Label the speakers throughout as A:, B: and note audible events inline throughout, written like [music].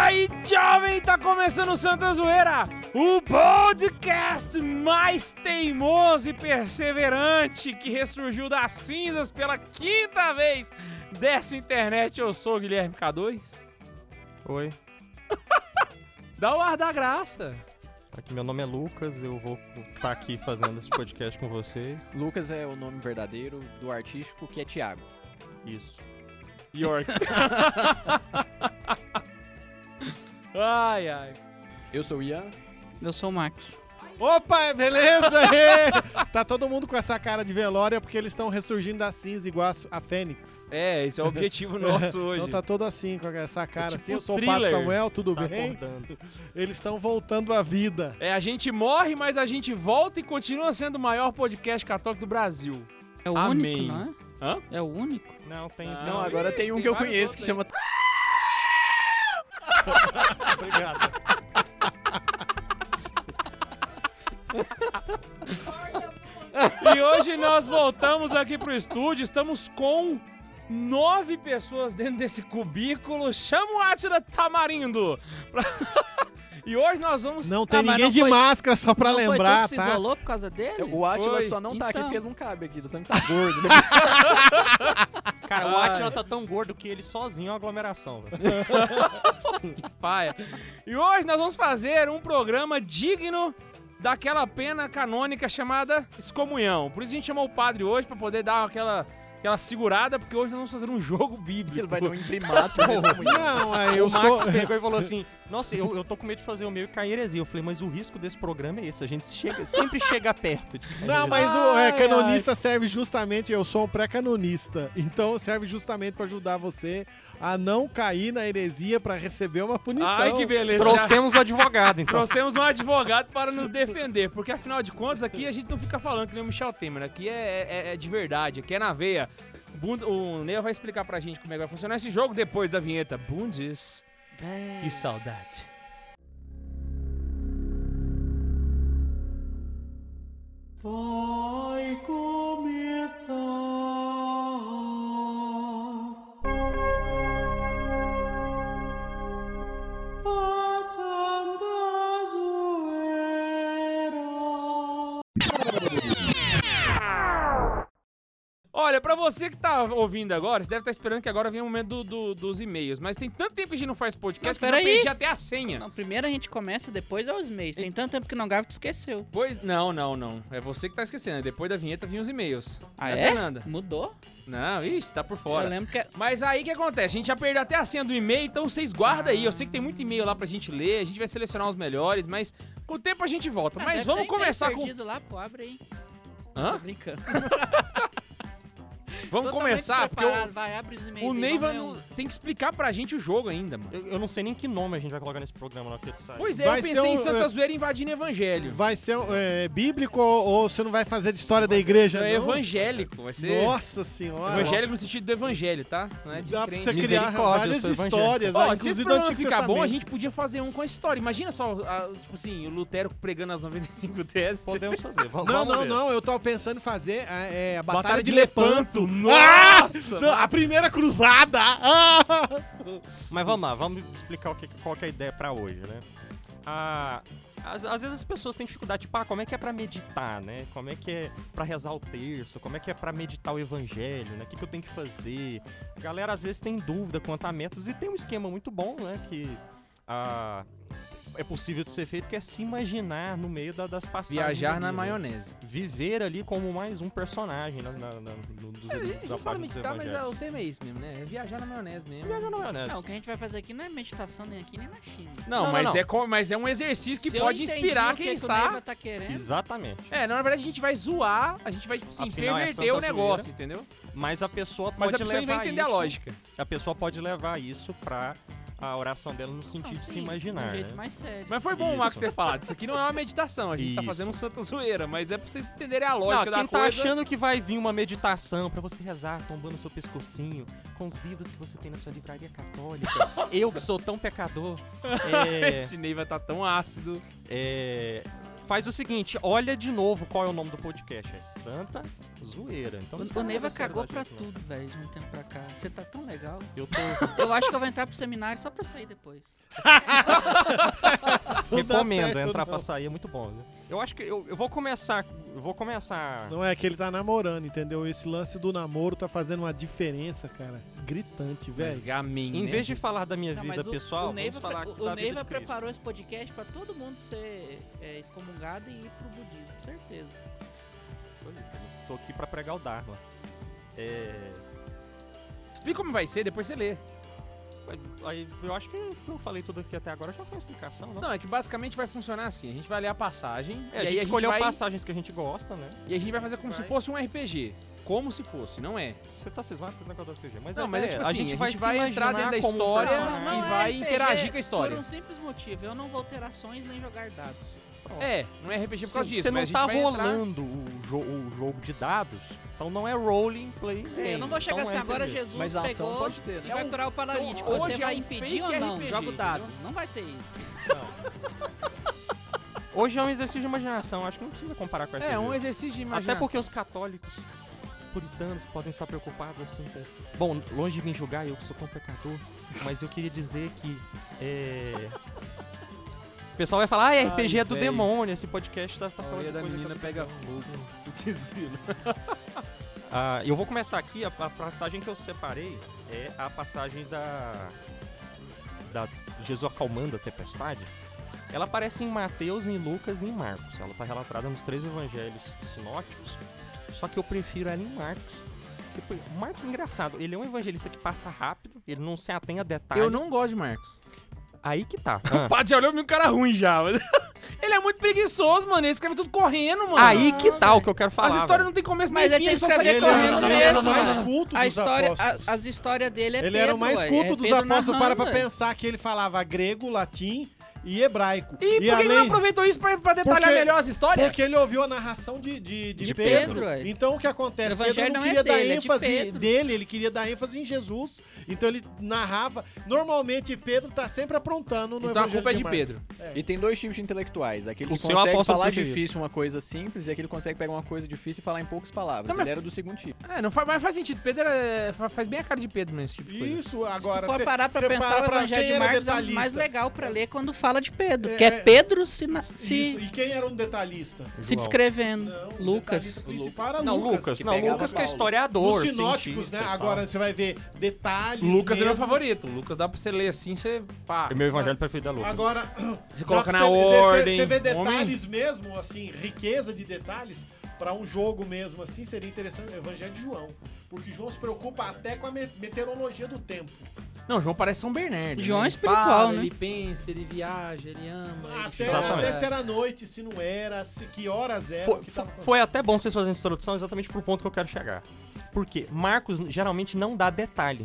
A: aí, jovem? Tá começando o Santa Zoeira, o podcast mais teimoso e perseverante que ressurgiu das cinzas pela quinta vez dessa internet. Eu sou o Guilherme K2.
B: Oi,
A: Dá o ar da graça.
B: aqui meu nome é Lucas, eu vou estar aqui fazendo esse podcast com vocês.
C: Lucas é o nome verdadeiro do artístico que é Thiago.
B: Isso. Tá
A: York. [laughs] ai, ai.
C: Eu sou o Ian.
D: Eu sou o Max.
E: Opa, beleza? [laughs] Ê! tá todo mundo com essa cara de velório é porque eles estão ressurgindo da cinza igual a- a Fênix.
A: É, esse [laughs] é o objetivo nosso hoje.
E: Então tá todo assim, com essa cara
A: tipo
E: assim. Eu sou o Padre
A: thriller.
E: Samuel, tudo
B: Tá
E: bem?
B: acordando.
E: Eles estão voltando à vida.
A: É, a gente morre, mas a gente volta e continua sendo o maior podcast católico do Brasil.
D: É o
A: Amém.
D: único, não é?
A: Hã?
D: É o único?
B: Não, tem.
A: Não,
B: não,
A: agora- Ixi, tem vários outros aí.
C: chama.
B: Obrigado.
A: E hoje nós voltamos aqui pro estúdio, estamos com nove pessoas dentro desse cubículo. Chama o Átila Tamarindo! pra- [laughs] e hoje nós vamos.
E: Não tem
D: Ah, mas
E: ninguém
D: não
E: de
D: foi-
E: máscara, só pra
D: não
E: lembrar,
D: foi tu que se
E: tá?
D: isolou por causa dele?
C: É, O Atila
A: Foi.
C: só não tá aqui
D: Então.
C: porque ele não cabe aqui, do tanto que tá gordo. [laughs] né?
B: Cara, o
A: Ai.
B: Atila tá tão gordo que ele sozinho é uma aglomeração, velho.
A: Paia. E hoje nós vamos fazer um programa digno daquela pena canônica chamada excomunhão. Por isso a gente chamou o padre hoje pra poder dar aquela, aquela segurada, porque hoje nós vamos fazer um jogo bíblico.
C: Ele vai num imprimato. mesmo.
E: Não, aí eu
B: o Max
E: sou.
B: pegou e falou assim: Nossa, eu, eu tô com medo de fazer o meu e cair em heresia. Eu falei, mas o risco desse programa é esse. A gente chega- sempre chega perto. de cair em
E: [laughs] [laughs] Não,
B: heresia."
E: mas o é,
A: Ai,
E: canonista serve justamente. Eu sou um pré-canonista. Então serve justamente pra ajudar você a não cair na heresia pra receber uma punição.
A: Ai, que beleza.
B: Trouxemos o advogado, então.
A: Trouxemos um advogado para nos defender, porque afinal de contas aqui a gente não fica falando que nem o Michel Temer, aqui é, é- é de verdade, aqui é na veia. Bund- o Neo vai explicar pra gente como é que vai funcionar esse jogo depois da vinheta. Bundes e saudade. Olha, pra você que tá ouvindo agora, você deve estar esperando que agora venha o momento do- do- dos e-mails, mas tem tanto tempo que a gente não faz podcast
D: Mas
A: que eu já
D: peraí.
A: perdi até a senha.
D: Não, primeiro a gente começa, depois é os meios. Tem tanto tempo que não grava que tu esqueceu.
A: Pois não, não, não. É você que tá esquecendo. Depois da vinheta vinham os e-mails.
D: Ah,
A: Né,
D: é?
A: Fernanda?
D: Mudou?
A: Não, ixi, tá por
D: Eu
A: fora.
D: lembro que... é-
A: Mas aí o que acontece? A gente já perdeu até a senha do e-mail, então vocês guardam aí. Eu sei que tem muito e-mail lá pra gente ler, a gente vai selecionar os melhores, mas com o tempo a gente volta.
D: Ah,
A: mas
D: deve
A: vamos
D: ter e-mail
A: começar com.
D: perdido lá, pô, abre aí. Tô
A: Hã?
D: brincando.
A: Vamos
D: Totalmente
A: começar, porque
D: preparado. então é
A: o,
D: Vai, abre os e-mails
A: o
D: aí,
A: Neiva
D: vamos um.
A: não-
D: ler
A: tem que explicar pra gente o jogo ainda, mano.
B: Eu, eu não sei nem que nome a gente vai colocar nesse programa na hora que ele sai.
A: Pois é,
E: Vai
A: eu
E: ser
A: pensei em
E: um,
A: Santa
E: é-
A: Zoeira invadindo evangelho.
E: Vai ser é, bíblico ou, ou você não vai fazer de história da igreja,
A: É
E: não?
A: evangélico, vai ser.
E: Nossa senhora.
A: Evangélico no sentido do evangelho, tá? Não é de
E: Dá pra
A: crente.
E: você criar
B: Misericórdia,
E: várias
B: eu sou evangélico.
E: histórias,
A: Ó,
E: ah,
A: se esse
E: inclusive do
A: programa
E: Antigo
A: ficar bom, a
E: Testamento.
A: gente podia fazer um com a história. Imagina só, ah, tipo assim, o Lutero pregando as 95 teses.
B: Podemos fazer. Vamos,
E: Não,
B: vamos
E: não,
B: ver.
E: não, eu tô pensando em fazer a, é, a
A: Batalha
E: Batalha,
A: de
E: de Lepanto.
A: Nossa!
E: Ah! Não, a primeira cruzada! Ah! [laughs]
B: Mas vamos lá, vamos explicar o que, qual que é a ideia pra hoje, né? Ah, às, às vezes as pessoas têm dificuldade, tipo, ah, como é que é pra meditar, né? Como é que é pra rezar o terço? Como é que é pra meditar o evangelho, né? O que, que eu tenho que fazer? A galera às vezes tem dúvida quanto a métodos e tem um esquema muito bom, né? Que ah, é possível de ser feito, que é se imaginar no meio da- das passagens.
A: Viajar
B: ali,
A: na
B: né?
A: maionese.
B: Viver ali como mais um personagem na, na, na, no- dos,
A: É, A gente fala
B: da página dos
A: meditar, mas
B: evangelhos.
A: é, o tema é isso mesmo, né? É viajar na maionese mesmo.
B: Viajar na maionese.
D: Não, o que a gente vai fazer aqui não é meditação nem aqui, nem na China.
A: Não,
B: Não,
A: mas,
B: não, não.
A: É, co- mas é um exercício que
D: Se eu
A: pode
D: entendi
A: inspirar
D: o que
A: quem
D: que O
A: está.
D: Neiva tá querendo.
B: Exatamente.
A: É, não, na verdade a gente vai zoar, a gente vai, tipo assim,
B: Afinal, é
A: perverter
B: Santa
A: o negócio,
B: Zoeira.
A: entendeu?
B: Mas a pessoa
A: Mas
B: pode
A: a pessoa
B: levar
A: vai entender a
B: isso-
A: lógica.
B: A pessoa pode levar isso pra a oração dela no
D: Não,
B: sentido de
D: sim,
B: se imaginar.
D: De um jeito
B: né?
D: mais sério.
A: Mas foi bom,
B: Isso.
A: Max, ter falado. Isso aqui não é uma meditação, a gente tá
B: Isso.
A: fazendo um santa zoeira, mas é pra vocês entenderem a
B: Não,
A: lógica
B: quem
A: da
B: tá
A: coisa.
B: achando que vai vir uma meditação pra você rezar, tombando seu pescocinho, com os livros que você tem na sua livraria católica.
A: [laughs]
B: eu que sou tão pecador. é,
A: Esse Ney vai estar tão ácido.
B: é, faz o seguinte, olha de novo qual é o nome do podcast. É Santa Zoeira. Então, não
D: o
B: espera
D: Neiva
B: nada sério
D: cagou
B: da
D: pra
B: gente, não.
D: tudo, velho, de um tempo pra cá. Você tá tão legal.
B: Eu tô...
D: Eu acho que eu vou entrar pro seminário só pra sair depois.
E: Não dá
B: recomendo
E: certo,
B: entrar
E: não.
B: pra sair, é muito bom. Viu? Eu acho que eu, eu vou começar... Eu vou começar...
E: Não é que ele tá namorando, entendeu? Esse lance do namoro tá fazendo uma diferença, cara, gritante,
A: Mas
E: velho.
A: gaminho,
B: Em
A: né?
B: vez de falar da minha
D: Não,
B: vida
D: mas o-
B: pessoal,
D: o Neiva,
B: Tá, vamos falar
D: pre-
B: aqui
D: o é
B: da vida
D: Neiva
B: de Cristo.
D: preparou esse podcast pra todo mundo ser é, excomungado e ir pro budismo, certeza.
B: Isso aí, cara. Tô aqui pra pregar o Dharma. É...
A: Explica como vai ser, depois você lê.
B: Aí, eu acho que eu falei tudo aqui até agora, já foi a explicação, não?
A: Não, é que basicamente vai funcionar assim. A gente vai ler a passagem.
B: É,
A: e
B: a
A: aí
B: gente
A: a
B: escolheu
A: vai,
B: passagens que a gente gosta, né?
A: E a gente vai fazer como se
B: Vai.
A: fosse um RPG. Como se fosse, não é?
B: Você tá cismado com esse negócio do RPG, mas
A: Não, mas é
B: ideia-
A: tipo assim, a gente
B: se
A: vai entrar dentro
B: imaginar
A: da
B: como um
A: história
B: personagem.
D: é
A: e vai interagir com a história.
D: Por um simples motivo, eu não vou ter ações nem jogar dados.
A: É, não é RPG por causa disso.
B: Você
A: mas a
B: não
A: gente
B: tá
A: vai entrar-
B: rolando o, jo- o jogo de dados, então não é rolling play.
D: É, eu não vou chegar
B: então
D: assim,
B: é
D: agora
B: RPG.
D: Jesus
C: Mas a ação
D: pegou
C: pode ter,
D: e
A: né? É
D: vai
A: um-
D: curar o paralítico.
A: hoje
D: Você
A: é
D: vai
A: um
D: impedir
A: fake
D: ou não?
A: RPG,
D: Joga o dado.
A: entendeu?
D: Não vai ter isso.
B: Hoje é um exercício de imaginação, acho que não precisa comparar com RPG.
A: É, um exercício de imaginação.
B: Até porque os católicos puritanos podem estar preocupados assim com... Bom, longe de me julgar, eu que sou tão pecador, mas eu queria dizer que... é, O pessoal vai falar, ah, é RPG é do
A: véi.
B: demônio, esse podcast tá, tá
C: A
B: falando
C: orelha
B: de
C: da
B: coisa
C: menina
B: que-
C: pega fogo.
B: Ah, eu vou começar aqui, a, a passagem que eu separei é a passagem da, da Jesus acalmando a tempestade. Ela aparece em Mateus, em Lucas e em Marcos. Ela está relatada nos três evangelhos sinóticos, só que eu prefiro ela em Marcos. Porque, pô, Marcos, é engraçado, ele é um evangelista que passa rápido, ele não se atém a detalhes.
A: Eu não gosto de Marcos.
B: Aí que tá. Ah.
A: O Pato já olhou pra mim um cara ruim já. mas- ele é muito preguiçoso, mano. Ele escreve tudo correndo, mano.
B: Aí que tá o que eu quero falar.
A: As histórias não tem começo, meio
D: Mas
A: e
D: ele
A: fim,
D: tem
A: ele só
D: que
A: sai
D: escrever
A: correndo mesmo.
D: correndo mesmo.
E: mais culto é um dos
D: A história, a-
E: apóstolos.
D: as histórias dele é
E: Ele
D: Pedro,
E: era o mais
D: ué,
E: culto
D: é
E: dos
D: Pedro
E: apóstolos, para
D: narrando,
E: pra
D: ué.
E: pensar que ele falava grego, latim e hebraico.
A: E, por que ele não aproveitou isso pra, pra detalhar
E: Porque-
A: melhor as histórias?
E: Porque ele ouviu a narração de, de, de
B: De
E: Pedro.
D: Pedro, é.
E: Então o que acontece?
D: O
E: Pedro
D: evangelho
E: não
D: não é
E: queria dar
D: dele, é de
E: ênfase
D: Pedro.
E: dele, ele queria dar ênfase em Jesus. Então ele narrava. Normalmente Pedro tá sempre aprontando no
A: Então a
E: evangelho
A: culpa é de
E: Marcos.
A: Pedro.
C: E tem dois tipos de intelectuais. Aquele
B: O
C: que
B: seu
C: consegue
B: apóstolo
C: falar
B: podia.
C: difícil uma coisa simples e aquele que consegue pegar uma coisa difícil e falar em poucas palavras.
A: Não, mas-
C: Ele era do segundo tipo.
A: É, não faz, mas faz sentido. Pedro é- fa- faz bem a cara de Pedro nesse tipo de coisa.
E: Isso,
D: Se tu
E: agora
D: for
E: cê-
D: parar pra
E: cê
D: pensar,
E: para
D: o
E: pra
D: Evangelho
E: quem
D: de
E: era
D: Marcos é o mais
E: detalhista.
D: legal pra ler quando fala de Pedro.
E: É,
D: que é
E: é.
D: Pedro se, na-
E: Isso,
D: se,
E: E quem era um detalhista?
D: se
B: João.
D: descrevendo.
E: o
D: Lucas.
E: detalhista principal era
B: Não, Lucas.
C: que
B: Não,
C: pegava
B: Lucas que é
C: Paulo.
B: historiador.
E: Os sinóticos,
B: cientista
E: né?
B: e tal.
E: Agora você vai ver detalhes.
A: Lucas é meu
E: mesmo.
A: favorito. Lucas dá pra você ler assim, você pá.
B: É meu evangelho preferido da Lucas.
E: Agora,
A: Você coloca
E: dá pra
A: na
E: você-
A: ordem.
E: Você vê
A: homem.
E: detalhes mesmo, assim, riqueza de detalhes. Pra um jogo mesmo, assim, seria interessante o Evangelho de João. Porque João se preocupa até com a me- meteorologia do tempo.
A: Não, João parece São Bernardo.
D: João
A: né?
D: é
A: Ele
D: espiritual,
A: fala,
D: né?
A: Ele pensa, ele viaja, ele ama.
E: Até,
A: ele chora.
B: Tá Exatamente.
E: até se era noite, se não era, se que horas era.
B: Foi,
E: o que tava
B: fo-
E: acontecendo.
B: foi até bom vocês fazerem essa introdução exatamente pro ponto que eu quero chegar. Porque Marcos geralmente não dá detalhe.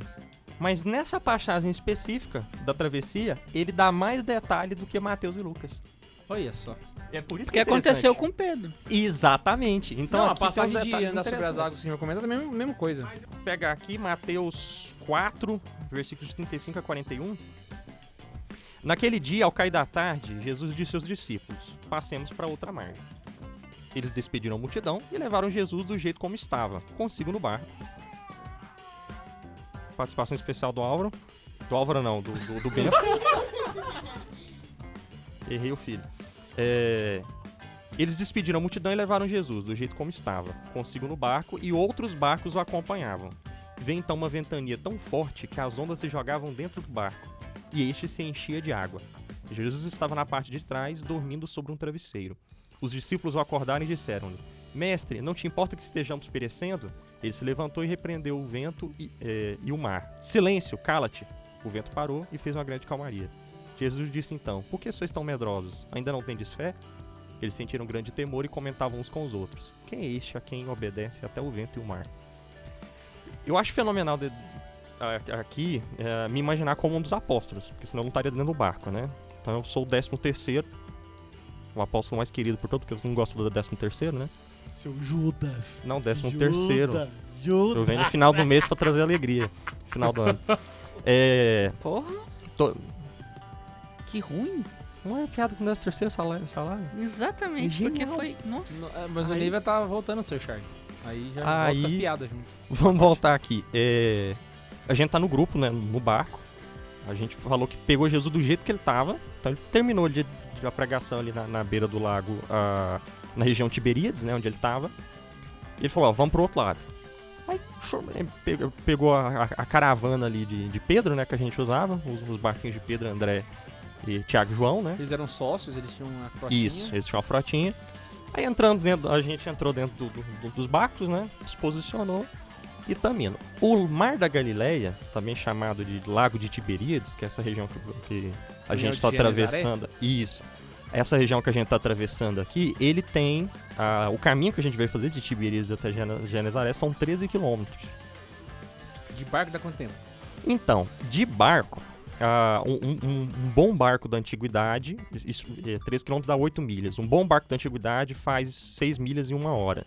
B: Mas nessa passagem específica da travessia, ele dá mais detalhe do que Mateus e Lucas.
A: Olha só.
B: É por isso
D: O que
B: é
D: aconteceu
B: interessante.
D: com Pedro.
B: Exatamente. Então,
A: Então, a
B: aqui
E: tá
B: tem
E: um
B: uns
A: passagem de
B: detalhes
A: andar sobre as
B: interessantes.
A: águas que o senhor comenta também é a mesma coisa.
B: Vou pegar aqui Mateus 4, versículos de 35 a 41. Naquele dia, ao cair da tarde, Jesus disse aos discípulos: Passemos para outra margem. Eles despediram a multidão e levaram Jesus do jeito como estava, consigo no bar. Participação especial do Álvaro. Do Álvaro, não, do, do, do Bento. Errei o filho. É, Eles despediram a multidão e levaram Jesus, do jeito como estava, consigo no barco, e outros barcos o acompanhavam. Veio então uma ventania tão forte que as ondas se jogavam dentro do barco, e este se enchia de água. Jesus estava na parte de trás, dormindo sobre um travesseiro. Os discípulos o acordaram e disseram-lhe: Mestre, não te importa que estejamos perecendo? Ele se levantou e repreendeu o vento e, eh, e o mar. Silêncio, cala-te! O vento parou e fez uma grande calmaria. Jesus disse então: Por que sois tão medrosos? Ainda não tendes fé? Eles sentiram grande temor e comentavam uns com os outros: Quem é este a quem obedece até o vento e o mar? Eu acho fenomenal de- a- aqui eh, me imaginar como um dos apóstolos, porque senão eu não estaria dentro do barco, né? Então eu sou o décimo terceiro, o apóstolo mais querido por todo, porque eu não gosto do décimo terceiro, né?
E: Seu Judas.
B: Não, décimo um terceiro.
E: Judas,
B: Eu venho
E: Judas.
B: no final do mês pra trazer alegria,
E: [laughs]
B: final do ano. É,
D: Porra,
B: tô-
D: que ruim.
B: Um arpeado com 10 terceiro salário. salário.
D: Exatamente, porque foi. Nossa.
A: No- é, mas o
B: Aí-
A: Neiva tá voltando, Sir Sharks. Aí já
B: Aí-
A: volta com as piadas junto.
B: Vamos voltar aqui. É, A gente tá no grupo, né? No barco. A gente falou que pegou Jesus do jeito que ele tava. Então ele terminou de, de a pregação ali na, na beira do lago, ah, na região Tiberíades, né? Onde ele tava. E ele falou, ó, vamos pro outro lado. Aí show, é, pe- pegou a, a- a caravana ali de, de Pedro, né? Que a gente usava. Os, os barquinhos de Pedro, André e Tiago e João, né?
A: Eles eram sócios, eles tinham uma crotinha.
B: Isso, eles tinham uma frotinha. Aí entrando dentro, a gente entrou dentro do- do- do- dos barcos, né? Se posicionou e tá indo. O Mar da Galileia, também chamado de Lago de Tiberíades, que é essa região que, que a
A: Região
B: gente
A: de
B: está
A: Genezaré?
B: atravessando. Isso. Essa região que a gente tá atravessando aqui, ele tem. ah, o caminho que a gente veio fazer de Tiberíades até Gene- Genezaré são 13 quilômetros.
A: De barco dá quanto tempo?
B: Então, de barco, ah, um, um- um bom barco da antiguidade, isso, é, 3 km dá 8 milhas. Um bom barco da antiguidade faz 6 milhas em uma hora.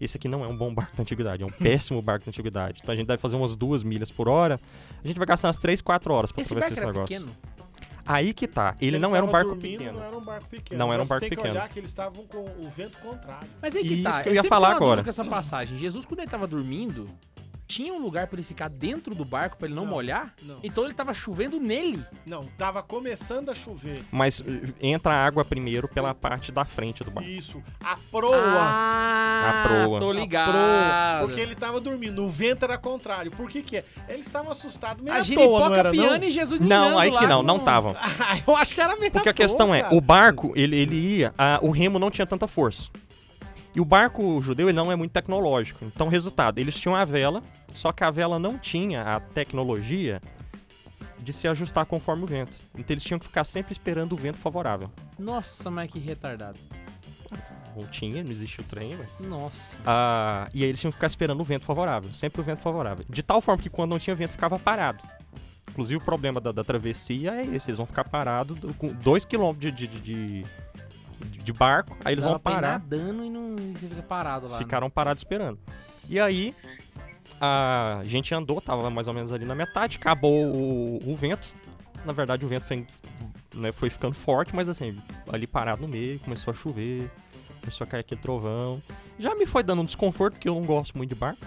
B: Esse aqui não é um bom barco
A: [laughs]
B: da antiguidade, é um péssimo barco da antiguidade. Então a gente deve fazer umas 2 milhas por hora. A gente vai gastar umas 3, 4 horas pra
A: Esse
B: atravessar
A: barco
B: esse
A: era
B: negócio.
A: pequeno?
B: Aí que tá. Ele, não era um
E: tava
B: barco
E: dormindo,
B: pequeno.
E: Não era um barco pequeno.
B: Não era um
E: Você
B: barco
E: tem
B: pequeno.
E: que olhar que eles estavam com o vento contrário.
A: Mas aí que
B: Isso
A: tá.
B: que eu ia
A: sempre
B: falar
A: tenho uma
B: agora.
A: dúvida Com essa passagem. Jesus, quando ele tava dormindo, tinha um lugar pra ele ficar dentro do barco pra ele não,
E: Não.
A: molhar?
E: Não,
A: Então ele tava chovendo nele.
E: não, tava começando a chover.
B: Mas uh, entra a água primeiro pela parte da frente do barco.
E: Isso, a proa.
A: Ah,
B: A proa.
A: Tô
E: A
A: ligado.
E: proa, Porque ele tava dormindo, o vento era contrário. Por que que é? Eles estavam assustados, meio
A: A
E: à toa, não
A: giripoca
E: era
A: piano
E: não?
A: e Jesus ninando
B: Não, aí
A: lá.
B: que não, não estavam.
E: [laughs] Ah, eu acho que era meio à
B: Porque a
E: toa,
B: questão é,
E: cara.
B: o barco, ele, ele ia, a- o remo não tinha tanta força. E o barco judeu, ele não é muito tecnológico. Então, resultado, eles tinham a vela, só que a vela não tinha a tecnologia de se ajustar conforme o vento. Então, eles tinham que ficar sempre esperando o vento favorável.
A: Nossa, mas que retardado.
B: Não tinha, não existia o trem, né?
A: Nossa.
B: Ah, e aí eles tinham que ficar esperando o vento favorável, sempre o vento favorável. De tal forma que quando não tinha vento, ficava parado. Inclusive, o problema da, da travessia é esse: eles vão ficar parados do- com 2km de, de, de, de- de barco, aí eles
A: Dava
B: vão
A: pra ir
B: parar,
A: nadando e não e você fica parado lá. né?
B: ficaram parados esperando. E aí, a gente andou, tava mais ou menos ali na metade, acabou o, o vento. Na verdade, o vento foi, né, foi ficando forte, mas assim, ali parado no meio, começou a chover, começou a cair aquele trovão. Já me foi dando um desconforto, porque eu não gosto muito de barco.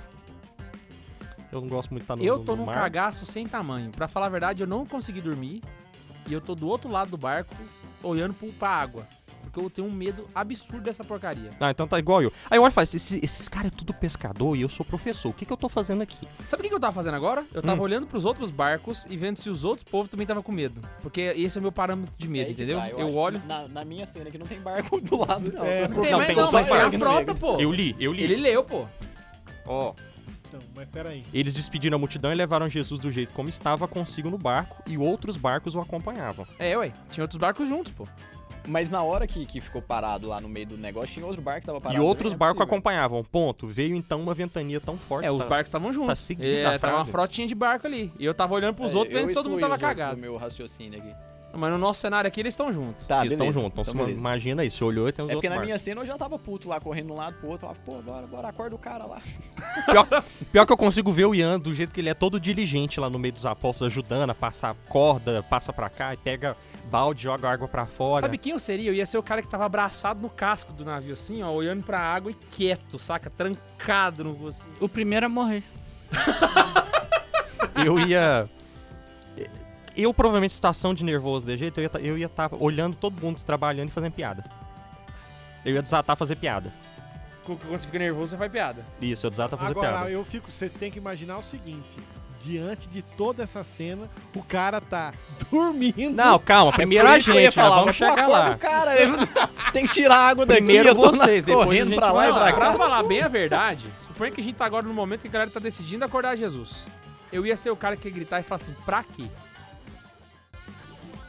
B: Eu não gosto muito de estar no,
A: Eu
B: no-
A: tô
B: no
A: num
B: mar.
A: cagaço sem tamanho. Pra falar a verdade, eu não consegui dormir. E eu tô do outro lado do barco, olhando pro, pra água. Porque eu tenho um medo absurdo dessa porcaria.
B: Ah, então tá igual eu. Aí eu olho e falo, esses, esses caras é tudo pescador e eu sou professor. O que, que eu tô fazendo aqui?
A: Sabe o que que eu tava fazendo agora? Eu tava
B: Hum.
A: olhando pros outros barcos e vendo se os outros povos também tava com medo. Porque esse é meu parâmetro de medo,
C: Aí que
A: entendeu?
C: tá,
A: eu
C: acho que
A: olho.
C: Na, na minha cena aqui não tem barco [laughs] do lado, não.
E: É,
A: Não tem
B: Não,
A: mais,
B: tem
A: não,
B: só
A: mas tem a
B: barco, né,
A: frota, pô.
B: Eu li, eu li.
A: Ele leu, pô.
B: Ó,
E: Então, mas peraí.
B: Eles despediram a multidão e levaram Jesus do jeito como estava consigo no barco, e outros barcos o acompanhavam.
A: É, ué. Tinha outros barcos juntos, pô.
C: Mas na hora que, que ficou parado lá no meio do negócio, tinha outro barco que tava parado.
B: e outros
C: também, não é
B: barcos
C: possível.
B: acompanhavam. Ponto. Veio então uma ventania tão forte.
A: É, os
B: tá-
A: barcos estavam
B: tá
A: juntos.
B: seguindo
A: é,
B: a
A: tava uma
B: frase.
A: frotinha de barco ali. E eu tava olhando pros
C: É,
A: outros, vendo
C: eu
A: se todo mundo
C: excluí
A: tava
C: os outros
A: cagado.
C: do meu raciocínio aqui.
A: Mas no nosso cenário aqui, eles estão juntos.
C: Tá,
B: Eles estão
C: beleza.
B: juntos. Então,
C: Então,
B: você
C: beleza.
B: imagina aí, você olhou e tem os
C: É porque
B: outros
C: na
B: barcos.
C: minha cena eu já tava puto lá, correndo de um lado pro outro. Falava, pô, bora, bora, acorda o cara lá.
B: Pior que eu consigo ver o Ian do jeito que ele é todo diligente lá no meio dos apóstolos, ajudando a passar corda, passa pra cá, e pega balde, joga água pra fora.
A: Sabe quem eu seria? Eu ia ser o cara que tava abraçado no casco do navio, assim, ó, olhando pra água e quieto, saca? Trancado no rosto.
D: O primeiro a morrer.
B: eu ia. Eu provavelmente, situação de nervoso de jeito, eu ia tá- eu ia estar olhando todo mundo trabalhando e fazendo piada. Eu ia desatar a fazer piada.
A: Quando você fica nervoso, você faz piada.
B: Isso, eu desato a fazer
E: Agora,
B: Tá piada.
E: eu fico. Você tem que imaginar o seguinte: diante de toda essa cena, o cara tá [laughs] dormindo.
B: Não, calma, primeiro
C: Por
B: a
C: isso que Ah, eu ia
B: gente, nós
C: falar,
B: vamos
C: mas, pô,
B: chegar
C: acorda
B: lá.
C: o cara, eu- tem que tirar a água daqui.
B: Primeiro
C: eu tô na-
B: vocês, depois a
C: correndo
B: gente
C: pra Tá lá
B: vai
C: e
B: lá.
C: pra cá.
A: Pra falar bem a verdade, suponha que a gente tá agora no momento que a galera tá decidindo acordar Jesus. Eu ia ser o cara que ia gritar e falar assim, pra quê?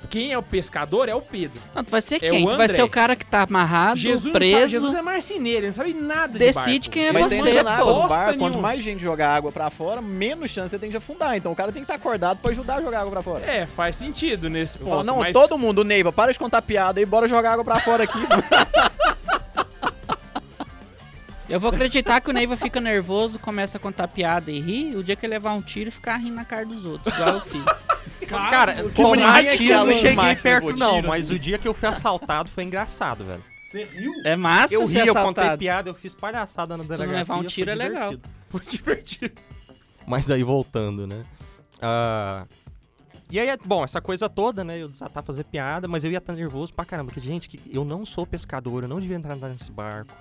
A: Quem é o pescador é o Pedro.
D: Não, tu vai ser
A: É
D: quem?
A: o
D: tu vai
A: André.
D: ser o cara que tá amarrado,
A: Jesus, não sabe,
D: preso.
A: Jesus é marceneiro, ele não sabe nada de
D: Decide
A: barco.
D: quem é
A: Ele
C: Mas
A: não
C: tem
D: você.
A: manja
C: aquela água do
A: bosta
C: barco, quanto
A: nenhuma.
C: mais gente jogar água pra fora, menos chance você tem de afundar. Então o cara tem que estar acordado pra ajudar a jogar água pra fora.
A: É, faz sentido nesse
C: Eu falo,
A: ponto.
C: não,
A: mas...
C: todo mundo, Neiva, para de contar piada aí, bora jogar água pra fora [laughs] aqui.
D: Eu vou acreditar que o Neiva fica nervoso, começa a contar piada e rir. e O dia que ele levar um tiro, ficar rindo na cara dos outros. Igual eu fiz.
B: Cara,
C: que
B: tomar
C: bonitinho
B: tiro, eu
C: aquela
B: não
C: do
B: cheguei
C: Max, né,
B: perto,
C: pô,
B: não.
C: tiro.
B: Mas o dia que eu fui assaltado foi engraçado, velho.
E: Você riu?
C: É massa
B: Eu ri,
C: ser
B: eu contei
C: assaltado.
B: piada, eu fiz palhaçada na
D: Se tu não
B: delegacia.
D: levar um
B: foi
D: tiro, é legal.
B: divertido.
A: [laughs] Foi divertido.
B: Mas aí voltando, né? Ah, e aí, bom, essa coisa toda, né? Eu desatar fazer piada, mas eu ia estar nervoso pra caramba. Porque, gente, que eu não sou pescador, eu não devia entrar nesse barco.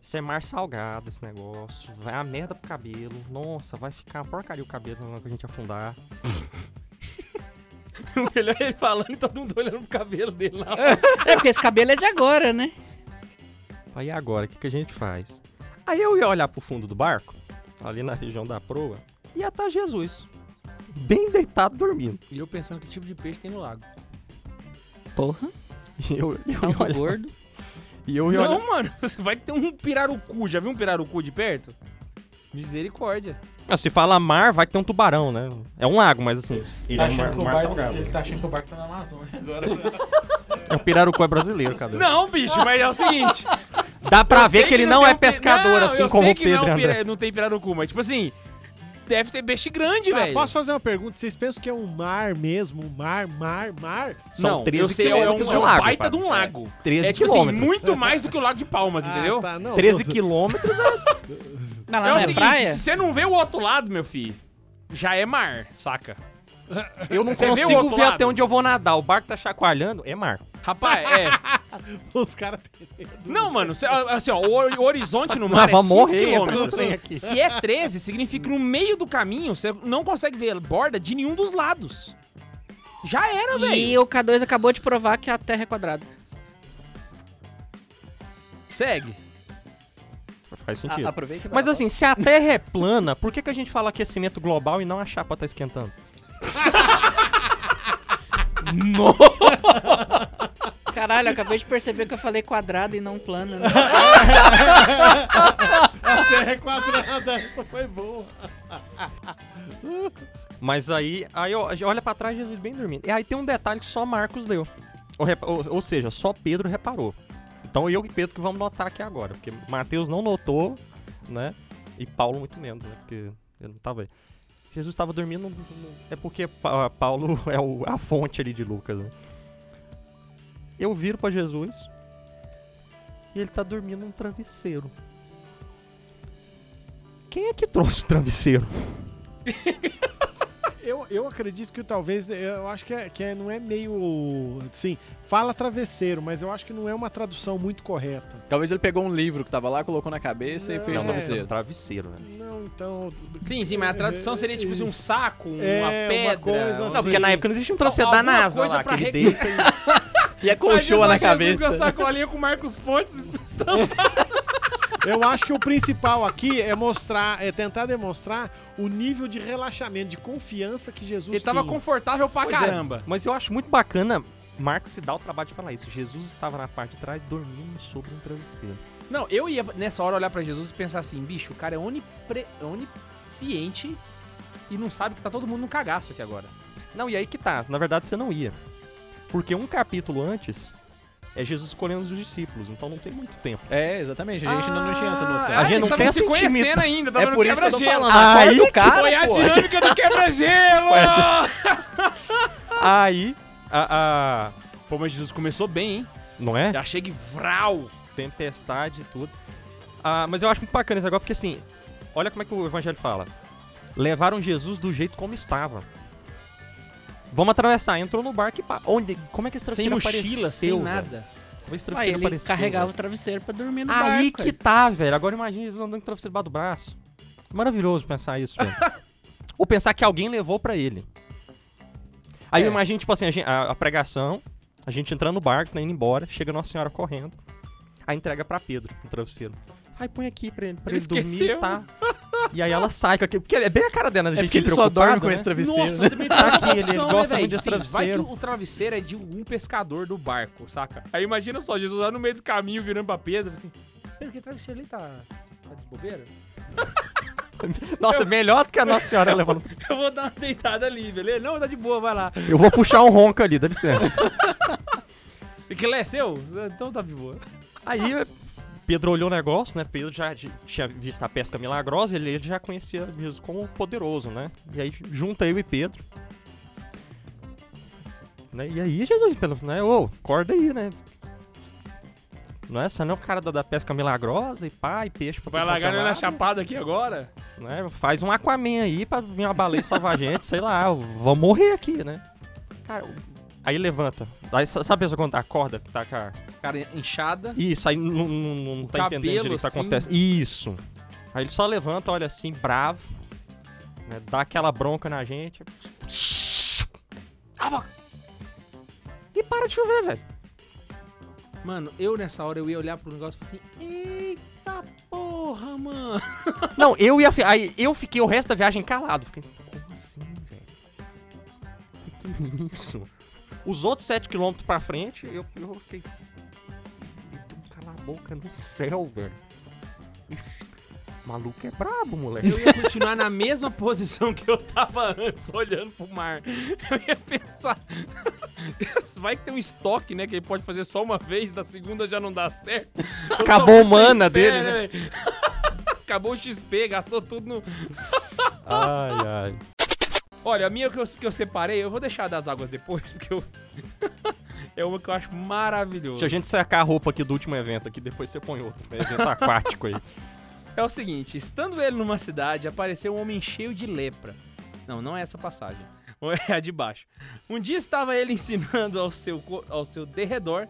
B: Isso é mar salgado, esse negócio. Vai a merda pro cabelo. Nossa, vai ficar uma porcaria o cabelo na hora que a gente afundar.
A: [laughs] Melhor ele falando e todo mundo olhando pro cabelo dele lá.
D: É porque esse cabelo é de agora, né?
B: Aí agora, o que, que a gente faz? Aí eu ia olhar pro fundo do barco, ali na região da proa, e ia estar Jesus. Bem deitado dormindo. [laughs]
A: E eu pensando que tipo de peixe tem no lago.
D: Porra,
B: E eu, eu
D: tá um
B: ia olhar.
D: gordo.
B: E eu ia
A: não,
B: olhar.
A: mano, [laughs] você vai ter um pirarucu. Já viu um pirarucu de perto? Misericórdia.
B: Ah, Se fala mar, vai que tem um tubarão, né? É um lago, mas assim. Ele
F: Tá
B: é um
F: achando
B: mar,
F: que o
B: mar
F: barco-
B: salgado.
F: ele tá achando que o barco tá na Amazônia agora.
B: [laughs] É um pirarucu é brasileiro, cadê?
A: né? Não, bicho, mas é o seguinte.
B: Dá [laughs] pra
A: eu
B: ver
A: sei
B: que ele não, é
A: tem um pi-
B: pescador,
A: Não,
B: assim
A: eu
B: como
A: sei
B: o
A: que
B: Pedro
A: não, é um
B: André.
A: pira- não tem pirarucu, mas tipo assim, deve ter peixe grande,
E: Ah,
A: velho.
E: posso fazer uma pergunta? Vocês pensam que é um mar mesmo? Um mar, mar, mar?
B: São
A: não,
B: 13
A: eu sei, é um, é
B: quilômetros
A: um
B: lago,
A: baita
B: cara.
A: de um lago.
B: 13
A: É tipo assim,
B: quilômetros. [laughs]
A: muito mais do que o lago de Palmas, entendeu?
E: Ah, tá, não,
B: 13
E: tô-
B: quilômetros.
D: Não,
A: É
D: lá
A: o
B: né,
D: não é
A: seguinte,
D: praia?
A: se você não vê o outro lado, meu filho, já é mar, saca?
B: Eu não
A: Você vê o
B: consigo
A: outro
B: ver
A: lado?
B: até onde eu vou nadar. O barco tá chacoalhando, é mar.
A: Rapaz, é.
E: Os caras
A: [laughs]
E: têm medo.
A: Não, mano, cê- assim, ó, o hor- o horizonte no
B: Não,
A: mar é
B: vai
A: 5
B: morrer, entra no trem aqui.
A: quilômetros. Se é 13, significa que no meio do caminho você não consegue ver borda de nenhum dos lados. Já era, velho.
D: E o K2 acabou de provar que a Terra é quadrada.
A: Segue. Ah,
B: Faz
C: A-
B: sentido.
C: Ah, Aproveita. e
B: Mas
C: vai.
B: assim, se a Terra é plana, por que, que a gente fala aquecimento global e não a chapa tá esquentando?
D: Caralho, eu acabei de perceber que eu falei quadrado e não [laughs] plano. Né?
E: A terra é quadrada. Essa foi boa.
B: Mas aí, aí ó, olha pra trás Jesus bem dormindo. E aí tem um detalhe que só Marcos deu. Ou, repa- ou- ou seja, só Pedro reparou. Então eu e Pedro que vamos notar aqui agora. Porque Mateus não notou, né? E Paulo muito menos, né? Porque eu não tava aí. Jesus estava dormindo. no- no- É porque Pa- Paulo [laughs] é o- a fonte ali de Lucas, né? Eu viro pra Jesus e ele tá dormindo num travesseiro. Quem é que trouxe o travesseiro?
E: Eu, eu acredito que talvez, eu acho que, é, que é- não é meio, assim, fala travesseiro, mas eu acho que não é uma tradução muito correta.
C: Talvez ele pegou um livro que tava lá, colocou na cabeça e
E: Não,
C: fez
E: não,
C: não,
B: é
C: travesseiro.
B: um travesseiro, né?
E: Não, então...
A: Sim, sim, mas a tradução seria tipo assim, um saco, uma
E: É, uma
A: pedra.
E: coisa
A: um-
E: assim.
B: Não, porque na época não existia um travesseiro da
A: Alguma
B: NASA
A: coisa
B: lá,
A: pra
B: que ele
A: regar-
B: deita.
A: [laughs]
C: E a colchoa na
A: Com a
C: [laughs] cabeça.
A: sacolinha com o Marcos Pontes.
E: [laughs] Eu acho que o principal aqui é mostrar, é tentar demonstrar o nível de relaxamento, de confiança que Jesus
A: Ele tava
E: tinha.
A: confortável pra
B: Pois é,
A: caramba.
B: Mas eu acho muito bacana Marx se dar o trabalho de falar isso. Jesus estava na parte de trás dormindo sobre um travesseiro.
A: Não, eu ia nessa hora olhar pra Jesus e pensar assim, bicho, o cara é onipre... onisciente e não sabe que tá todo mundo num cagaço aqui agora.
B: Não, e aí que tá. Na verdade, você não ia. Porque um capítulo antes é Jesus escolhendo os discípulos, então não tem muito tempo.
C: É, exatamente. Ah, A gente ainda não tinha essa noção.
B: A gente
A: Ah, eles
B: não
A: estavam
B: tem
A: tá se
B: essa
A: conhecendo
B: intimidade.
A: ainda, tava
C: É
A: no
C: por isso que eu tô
A: quebra-gelo.
C: falando. Acorda
B: Aí
C: o
B: que
C: cara,
A: Foi a
C: pô.
A: dinâmica do quebra-gelo!
B: Aí, a. a-
A: [laughs] Pô, mas Jesus começou bem, hein?
B: não é?
A: Já chega e vral.
B: tempestade e tudo. Ah, mas eu acho muito bacana isso agora, porque assim, olha como é que o evangelho fala. Levaram Jesus do jeito como estava. Vamos atravessar, entrou no barco e pá. Onde, como é que esse
A: Sem
B: travesseiro
A: mochila,
B: apareceu,
A: sem
B: velho?
A: nada.
B: Como esse
D: Aí né?
B: travesseiro
D: ele
B: apareceu,
D: carregava
B: velho?
D: o travesseiro pra dormir É no
B: Aí
D: barco.
B: que tá, velho. Agora imagina Jesus andando com o travesseiro debaixo do braço. Maravilhoso pensar isso, velho. Ou pensar que alguém levou pra ele. Aí
A: É.
B: eu imagino, tipo assim, a, gen- a- a pregação, a gente entrando no barco, tá indo embora, chega Nossa Senhora correndo, aí entrega pra Pedro o travesseiro. Aí põe aqui pra ele, pra
A: Ele
B: ele,
A: esqueceu.
B: dormir, tá? E aí ela sai, com aquele- porque é bem a cara dela, né?
C: É
B: gente
C: porque ele só
B: preocupada,
C: dorme com
B: né?
C: esse travesseiro.
A: Nossa,
C: né?
A: eu também
B: [laughs] Tá
A: tenho
B: aqui,
A: outra
B: ele
A: opção,
B: gosta
A: né, velho?
B: muito desse
A: Assim, Vai que
B: travesseiro.
A: o travesseiro é de um pescador do barco, saca? Aí imagina só, Jesus lá no meio do caminho virando pra Pedro, assim... Pedro, que travesseiro ali tá... Tá de bobeira?
B: Nossa, melhor do que a Nossa Senhora levando.
A: [laughs] Eu vou dar uma deitada ali, beleza? Não, tá de boa, vai lá.
B: Eu vou puxar um ronco ali, dá licença.
A: E que é seu? Então tá de boa.
B: Aí Pedro olhou o negócio, né? Pedro já de- tinha visto a pesca milagrosa, ele, ele já conhecia Jesus como poderoso, né? E aí junta eu e Pedro. né? E aí, Jesus, pelo, né? Ô, acorda aí, né? Não é essa não, cara da, da pesca milagrosa e pá, e peixe pra
A: Vai
B: tudo quanto é
A: largar ele na
B: lado,
A: chapada aqui agora?
B: né? Faz um Aquaman aí pra vir uma baleia salvar a gente, sei lá, eu vou morrer aqui, né? Cara, aí levanta. Aí, sa- sabe a pessoa quando acorda que tá com a-
A: Cara, inchada.
B: Isso, aí não, não- não- não tá entendendo
A: cabelo,
B: direito o
A: assim.
B: que acontece. Isso. Aí ele só levanta, olha assim, bravo, né? dá aquela bronca na gente. Ah, E para de chover, velho.
A: Mano, eu nessa hora eu ia olhar pro negócio e falar assim: Eita porra, mano.
B: Não, eu ia. Aí eu fiquei o resto da viagem calado. Fiquei, como assim, velho? Que que é isso? Os outros 7km pra frente, eu, eu fiquei. Cala a boca no céu, velho. Esse maluco é brabo, moleque.
A: Eu ia continuar na mesma posição que eu tava antes, olhando [laughs] pro mar. Eu ia pensar. Vai que tem um estoque, né? Que ele pode fazer só uma vez, na segunda já não dá certo. Eu
B: Acabou
A: só
B: o mana
A: XP,
B: dele, né?
A: velho? [laughs] Acabou o XP, gastou tudo no.
B: Ai, ai.
A: Olha, a minha que eu, que eu separei, eu vou deixar das águas depois, [laughs] porque eu. é uma que eu acho maravilhoso.
B: Deixa a gente sacar a roupa aqui do último evento aqui, depois você põe outro. Né? Evento aquático aí.
A: É o seguinte, estando ele numa cidade, apareceu um homem cheio de lepra. Não, não é essa passagem. [laughs] É a de baixo. Um dia estava ele ensinando ao seu, co- ao seu derredor.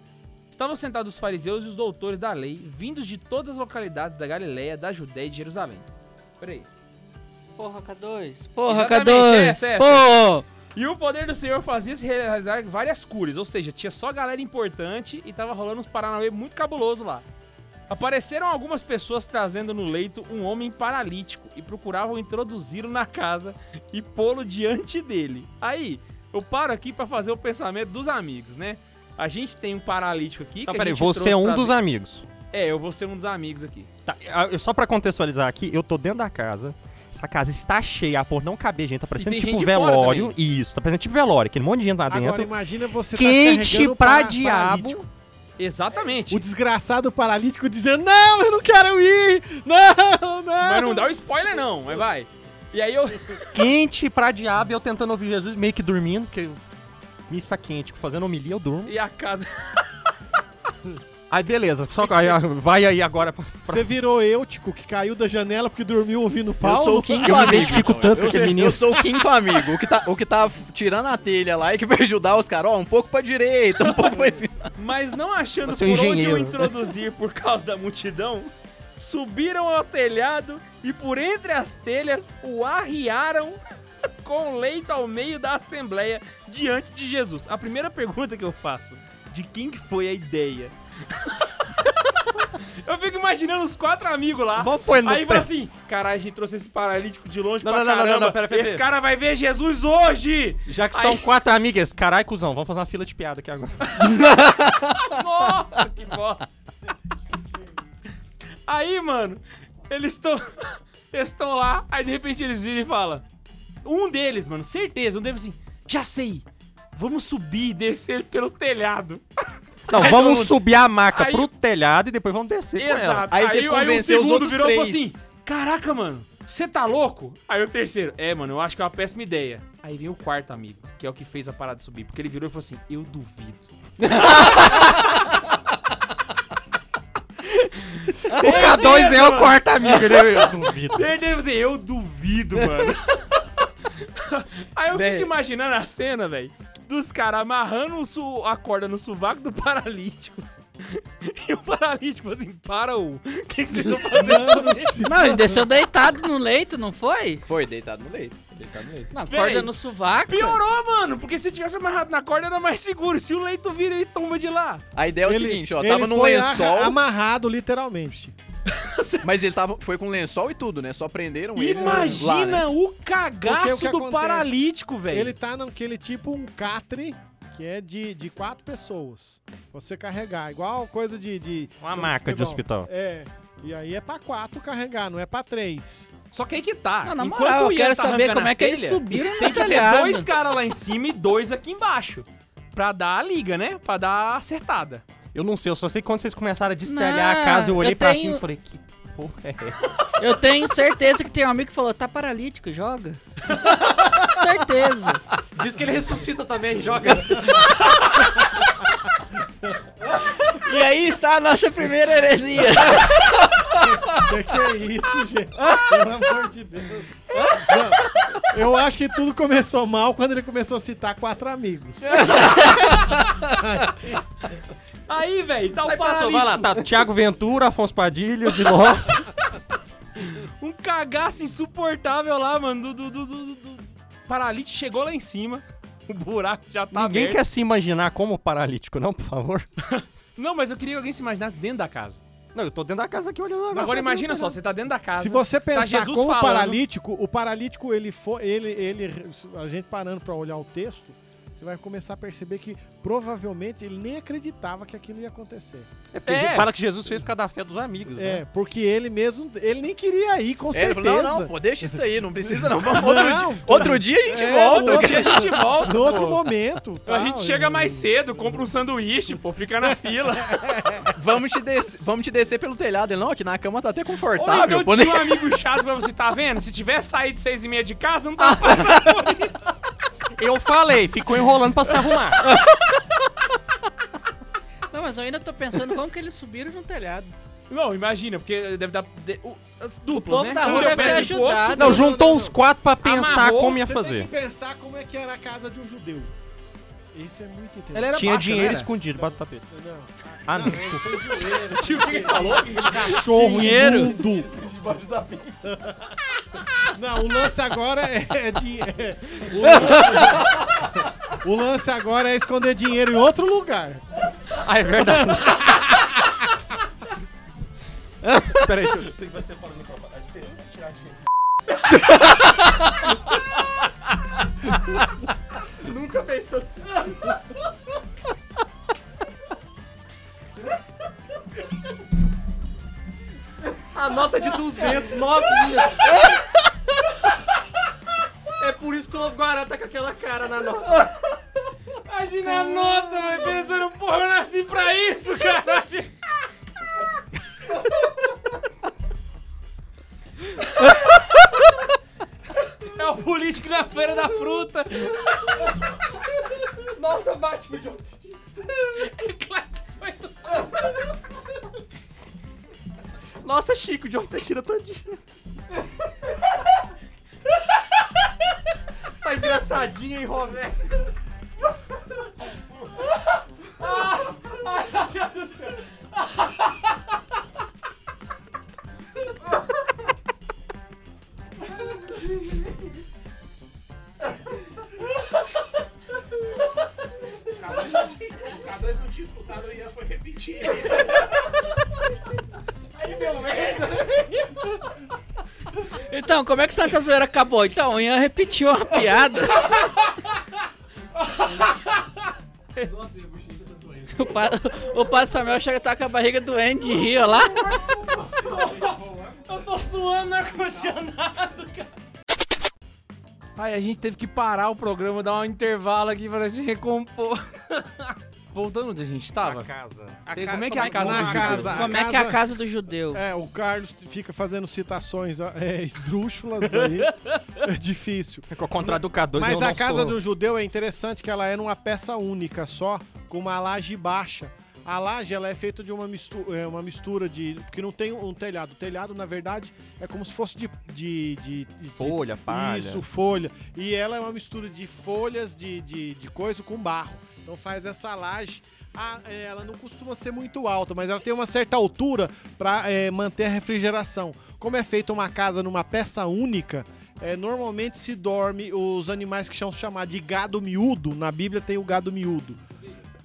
A: Estavam sentados os fariseus e os doutores da lei, vindos de todas as localidades da Galileia, da Judéia e de Jerusalém. Peraí.
D: Porra, K2. Porra,
A: Exatamente, essa,
D: K2.
A: essa.
D: Pô!
A: E o poder do Senhor fazia-se realizar várias curas, ou seja, tinha só galera importante e tava rolando uns Paranauê muito cabuloso lá. Apareceram algumas pessoas trazendo no leito um homem paralítico e procuravam introduzi-lo na casa e pô-lo diante dele. Aí, eu paro aqui pra fazer o pensamento dos amigos, né? A gente tem um paralítico aqui.
B: Então,
A: que a
B: peraí,
A: gente
B: você
A: trouxe
B: é um
A: pra
B: dos
A: ver-
B: amigos.
A: É, eu vou ser um dos amigos aqui.
B: Tá, ah, eu- só pra contextualizar aqui, eu tô dentro da casa. Essa casa está cheia, por não caber gente. Tá parecendo
A: tem
B: tipo
A: gente de fora
B: velório. Isso, tá parecendo tipo velório, aquele monte de gente lá
E: Agora
B: dentro.
E: imagina você
B: Quente
E: tá carregando o
B: pra
E: para-
B: diabo.
E: paralítico.
A: Exatamente.
B: É,
E: O desgraçado paralítico dizendo, não, eu não quero ir, não, não.
A: Mas não dá o spoiler, não, mas vai. E aí eu.
B: Quente pra diabo, eu tentando ouvir Jesus, meio que dormindo, porque eu- missa quente, fazendo homilia, eu durmo.
A: E a casa.
B: Aí beleza, só aí, ah, vai aí agora pra. pra-
E: Você virou Eutico, que caiu da janela porque dormiu ouvindo Paulo?
C: Eu sou o quinto
B: Eu me
C: amigo.
B: identifico
C: então.
B: tanto com
C: Eu-
B: esse menino.
C: Eu sou o quinto amigo. O que tá, o que tá tirando a telha lá e que vai ajudar os caras, ó, um pouco pra direita, um pouco pra cima.
A: Mas não achando
B: Você
A: por
B: é um
A: onde
B: engenheiro.
A: o introduzir por causa da multidão, subiram ao telhado e por entre as telhas o arriaram [laughs] com o leito ao meio da assembleia diante de Jesus. A primeira pergunta que eu faço, de quem que foi a ideia? [laughs] eu fico imaginando os quatro amigos lá.
B: Vamos pôr ele no
A: Aí fala
B: pé.
A: assim, caralho, a gente trouxe esse paralítico de longe
B: Não,
A: pra
B: não, não, não,
A: caramba.
B: não, pera, pera,
A: Esse
B: pera.
A: cara vai ver Jesus hoje!
B: Já que
A: Aí-
B: são quatro amigas, carai, cuzão, vamos fazer uma fila de piada aqui agora.
A: Nossa, que bosta. Aí, mano, eles estão [laughs] eles estão lá, aí de repente eles viram e falam. Um deles, mano, certeza, um deles assim, já sei. Vamos subir e descer pelo telhado.
B: Não,
A: Aí todo
B: vamos
A: mundo-
B: subir a maca
A: Aí-
B: pro telhado e depois vamos descer com ela.
A: Exato.
C: Aí teve que
A: um
C: convencer os
A: segundo
C: outros
A: virou e falou
C: três.
A: assim: Caraca, mano, você tá louco? Aí o terceiro, é, mano, eu acho que é uma péssima ideia. Aí vem o quarto amigo, que é o que fez a parada subir, porque ele virou e falou assim: Eu duvido.
C: [laughs]
A: [laughs]
B: O K2 é o quarto amigo, né? Eu duvido.
A: Ele deve dizer, assim, eu duvido, [laughs] mano. Aí eu fico imaginando a cena, velho, dos caras amarrando o su- a corda no sovaco do paralítico. E o paralítico assim, para o. que, que vocês vão fazer?
D: Não, ele desceu deitado no leito, não foi?
C: Foi, deitado no leito.
D: Não,
A: Véi,
D: corda no sovaco.
A: Piorou, mano, porque se tivesse amarrado na corda era mais seguro. Se o leito vira, ele tomba de lá.
C: A ideia é o seguinte, ó, tava
E: ele
C: num
E: foi arra-
C: lençol,
E: amarrado, literalmente.
C: mas ele tava, foi com lençol e tudo, né? Só prenderam ele lá, né?
A: Imagina o
E: Porque
A: cagaço
E: o que
A: do
E: acontece?
A: paralítico, velho.
E: Ele tá naquele tipo um catre, que é de, de quatro pessoas. Você carregar, igual coisa de... de
B: Uma maca de hospital.
E: É, e aí é pra quatro carregar, não é pra três.
A: Só que aí que tá.
D: Não, na
A: Enquanto
D: moral,
A: o
D: eu
A: Ian
D: quero
A: tá
D: saber
A: arrancando
D: como é
A: as
D: que eles
A: telhas,
D: subiram no
A: Tem que ter
D: telhado.
A: dois caras lá em cima e dois aqui embaixo. Pra dar a liga, né? Pra dar a acertada.
B: Eu não sei, eu só sei que quando vocês começaram a destelhar
D: Não,
B: a casa, eu olhei
D: eu
B: pra
D: tenho-
B: cima e falei, que porra é essa?
D: Eu tenho [laughs] certeza que tem um amigo que falou, tá paralítico, joga. certeza.
B: Diz que ele ressuscita [laughs] também, joga.
C: E aí está a nossa primeira heresia.
E: Que que é isso, [laughs] gente? Pelo amor de Deus. Não, eu acho que tudo começou mal quando ele começou a citar quatro amigos.
A: Aí, velho, tá o
B: Aí passou,
A: paralítico.
B: vai lá, tá Thiago Ventura, Afonso Padilha, de
A: [laughs]
B: Lopes.
A: Tá Um cagaço insuportável lá, mano. Do, do, do, do, do- do- Paralítico chegou lá em cima. O buraco já tá
B: Ninguém
A: aberto.
B: quer se imaginar como paralítico, não, por favor.
A: Não, mas eu queria que alguém se imaginasse dentro da casa.
B: Não, eu tô dentro da casa aqui olhando a nossa
A: Agora imagina só, você tá dentro da casa.
E: Se você pensar
A: Jesus
E: como
A: falando.
E: paralítico, o paralítico ele for, ele, ele, a gente parando pra olhar o texto, você vai começar a perceber que provavelmente ele nem acreditava que aquilo ia acontecer.
B: É porque
A: É.
B: gente fala que Jesus fez por causa da fé dos
A: Uhum.
B: amigos, né?
E: É, porque ele mesmo, ele nem queria ir, com
C: Ele
E: certeza.
C: falou, não, não, pô, deixa isso aí, não precisa não. Vamos outro,
E: Não,
C: dia, outro dia a gente
E: É,
C: volta.
A: Outro dia a
E: [laughs]
A: gente volta.
E: No outro
A: pô.
E: momento.
A: A
E: tal,
A: gente
E: e-
A: chega mais cedo, compra um sanduíche, pô, fica na fila.
C: Vamos te, descer, vamos te descer pelo telhado. Ele, não, aqui na cama tá até
A: Ou
C: confortável.
A: então
C: pô, né?
A: tinha um
C: nem-
A: amigo chato pra você, tá vendo? Se tivesse saído seis e meia de casa, não tá fazendo.
B: Eu falei, ficou enrolando pra se arrumar.
D: Não, mas eu ainda tô pensando como que eles subiram de um telhado.
A: Não, imagina, porque deve dar... De, o, as duplas,
D: povo
A: né?
D: da
A: Um
D: rua
A: deu pé
D: deve ter
A: assim pro outro,
D: ajudado.
B: Não, juntou uns quatro pra pensar
A: Amarrou,
B: como ia
E: Você tem
B: fazer.
E: que pensar como é que era a casa de um judeu. Isso é muito interessante.
A: Ela um era né?
B: Tinha
A: baixa,
B: dinheiro
A: não era?
B: escondido debaixo do tapete.
E: Não,
B: Ah, não.
E: eu
A: [laughs]
E: sou joelho.
A: Tio, o que que falou?
E: Cachorro
C: Dinheiro.
E: imundo. Não, o lance agora é, é dinhe- é- o, lance- o lance agora é esconder dinheiro em outro lugar.
B: Ah, é verdade. Peraí, deixa eu... Tem que ser fora do microfone. As pessoas tirar dinheiro. Nunca fez tanto sentido. A nota de 200, novinha. É por isso que o Lobo Guará tá com aquela cara na nota.
A: Imagina a nota, mas pensando, porra, eu nasci pra isso, caralho. É o político na feira da fruta.
B: Nossa, bate pro Johnson.
A: [laughs] Claro que foi do
B: Nossa, Chico, de onde você tira tanto dinheiro? tá engraçadinho, hein, Roberto?
D: Então, como é que Santa Zoeira acabou? Então, o Ian repetiu uma [laughs] piada. o, pa... o Padre Samuel chega a tá com a barriga doente de rir, ó lá.
A: Eu tô suando no ar-condicionado, cara. Ai, a gente teve que parar o programa, dar um intervalo aqui pra se recompor. [laughs] Voltando onde a gente tava.
B: casa.
A: Como é que é a casa
E: Na
A: do
E: casa.
A: judeu?
D: Como é que é a casa do judeu?
E: É, o Carlos fica fazendo citações ó, é, esdrúxulas daí. É difícil.
B: Contra a K2,
E: Mas a casa do judeu é interessante que ela é numa peça única só, com uma laje baixa. A laje ela é feita de uma mistura, é, uma mistura de. Porque não tem um telhado. O telhado, na verdade, é como se fosse de. de, de, de-
B: Folha, palha.
E: Isso, folha. E ela é uma mistura de folhas de, de, de coisa com barro. Então faz essa laje. Ah, é, ela não costuma ser muito alta, mas ela tem uma certa altura para manter a refrigeração. Como é feita uma casa numa peça única, é, normalmente se dorme os animais que são chamados de gado miúdo. Na Bíblia tem o gado miúdo.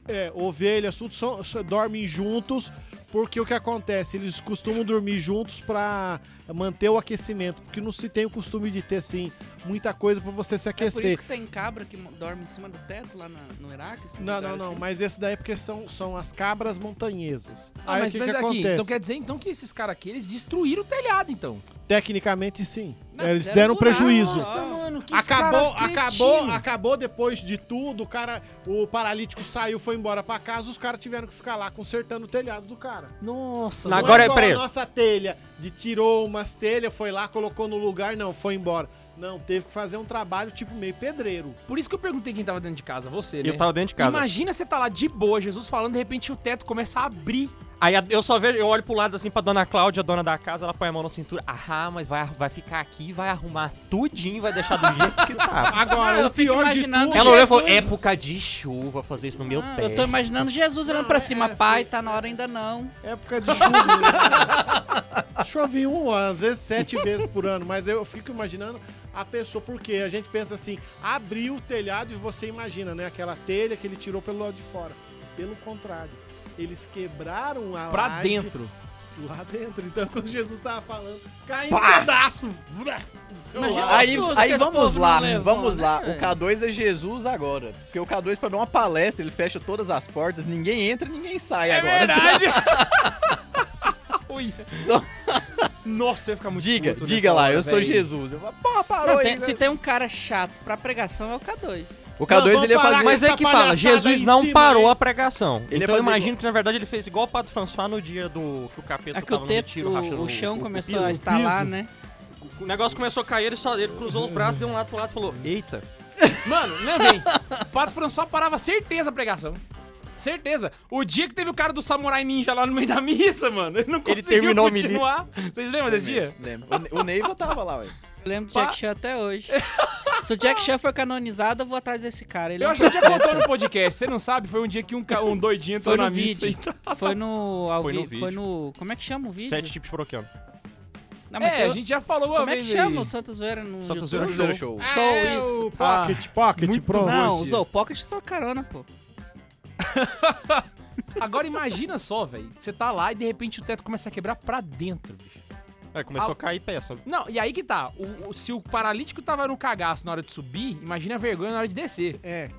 E: É, ovelhas, tudo são- só dormem juntos, porque o que acontece? Eles costumam dormir juntos para manter o aquecimento, porque não se tem o costume de ter, assim, muita coisa para você se
D: É por isso
E: aquecer.
D: que tem cabra que mo- dorme em cima do teto lá na- no Iraque? esses
E: Não, não,
D: lugares
E: não,
D: assim?
E: mas esse daí é porque são, são as cabras montanhesas.
A: Ah,
E: Aí
A: mas,
E: o que,
A: mas
E: que
A: aqui,
E: acontece?
A: então quer dizer então que esses caras aqui, eles destruíram o telhado, então.
E: Tecnicamente, sim.
D: Não,
E: Eles
D: fizeram
E: deram
D: buraco,
E: prejuízo.
D: só.
A: mano, que
E: Acabou, acabou, acabou depois de tudo, o cara, o paralítico saiu, foi embora pra casa, os caras tiveram que ficar lá consertando o telhado do cara.
A: Nossa,
B: Na-
E: Não
B: Agora é
E: é igual
B: preto.
E: a nossa telha, de tirou umas telhas, foi lá, colocou no lugar, não, foi embora. Não, teve que fazer um trabalho tipo meio pedreiro.
A: Por isso que eu perguntei quem tava dentro de casa, você,
B: E
A: né?
B: eu tava dentro de casa.
A: Imagina você tá lá de boa, Jesus falando, de repente o teto começa a abrir.
B: Aí a- eu só vejo, eu olho pro lado assim pra dona Cláudia, a dona da casa, ela põe a mão na cintura. Ah, mas vai, vai ficar aqui, vai arrumar tudinho, vai deixar do jeito que
E: [laughs]
B: tá.
E: Agora,
D: Ah, [laughs] eu
E: o
D: fico
E: pior de
D: imaginando
E: tudo... é
B: Ela olhou e falou:
D: Jesus.
B: época de chuva, fazer isso no meu
D: Ah,
B: teto.
D: eu tô imaginando Jesus olhando
E: Não,
D: pra
E: é-
D: cima,
E: é,
D: pai,
E: sim.
D: tá na hora ainda não.
E: Época de chuva. [laughs] Chove em um, às vezes sete vezes por ano, mas eu fico imaginando a pessoa, porque a gente pensa assim, abriu o telhado e você imagina, né? Aquela telha que ele tirou pelo lado de fora. Pelo contrário, eles quebraram a
A: Pra
E: laje
A: dentro.
E: Lá dentro. Então, [laughs] quando Jesus tava falando, cai em pedaço. Vrá, do seu
D: Imagina
E: lado.
C: Aí,
D: susto que
C: aí
D: esse
C: vamos
D: povo
C: lá,
D: não levou,
C: vamos
D: né,
C: lá.
D: velho?
C: O K2 é Jesus agora. Porque o K2 pra dar uma palestra, ele fecha todas as portas, ninguém entra, ninguém sai
D: É
C: agora. Então,
A: [laughs] Ui.
C: Não.
A: Nossa, eu ia ficar muito
C: Diga,
A: puto
C: diga
A: nessa
C: lá,
A: hora,
C: eu sou
A: velho.
C: Jesus. Eu falo, Pô, parou
D: Não,
C: aí, né?"
D: tem-
C: velho.
D: se tem um cara chato pra pregação, é o K2.
C: O
E: Não,
C: K2
E: vamos
C: ele ia
E: parar
C: fazer...
E: com
B: Mas é
E: essa
B: que fala,
E: palhaçada aí
B: Jesus
E: em
B: não
E: cima,
B: parou
E: hein?
B: a pregação.
C: Ele ia
B: então eu
C: fazer
B: imagino que, na verdade, ele fez igual o Padre François no dia do que o capeta
D: É que o
B: tava
D: teto,
B: no tiro, rachando
D: o chão começou
B: piso.
D: a estalar, né?
B: O negócio começou a cair, ele, só, ele cruzou os braços, deu um lado pro lado e falou, eita.
A: Mano, lembrei. O Pato François parava certeza a pregação. Certeza. O dia que teve o cara do Samurai Ninja lá no meio da missa, mano, ele não conseguiu
B: terminou o menino.
A: continuar. Vocês lembram desse dia?
C: Lembra? O Ne- O Neiva tava lá, velho.
D: Eu lembro do
A: Pá.
D: Jack Chan até hoje.
A: [laughs]
D: Se o Jack Chan for canonizado, eu vou atrás desse cara. Ele é
A: Eu
D: um
A: acho que já contou no podcast, você não sabe? Foi um dia que um, ca- um doidinho entrou
D: Foi
A: na
D: no
A: missa
D: vídeo.
A: e tá- tal.
D: Foi no. Ao
B: Foi no
D: vi-
B: vídeo.
D: Foi no. Como é que chama o vídeo?
B: Sete tipos por oceano.
D: Não, mas
A: É,
D: tem-
A: a gente já falou uma
D: Como é que
A: vez
D: chama o
A: aí.
D: Santa Zoeira no.
B: Santa
D: YouTube?
B: Zoeira
C: Primeiro show.
B: um
A: Ah,
D: Show,
E: É
D: isso.
E: o Pocket, Pocket, pronto.
D: Não, usou o Pocket só carona, pô.
A: Agora imagina só, velho. Você tá lá e de repente o teto começa a quebrar pra dentro, bicho.
B: É, começou
A: Ah.
B: a cair peça.
A: Não, e aí que tá. O- o- se o paralítico tava no cagaço na hora de subir, imagina a vergonha na hora de descer.
E: É.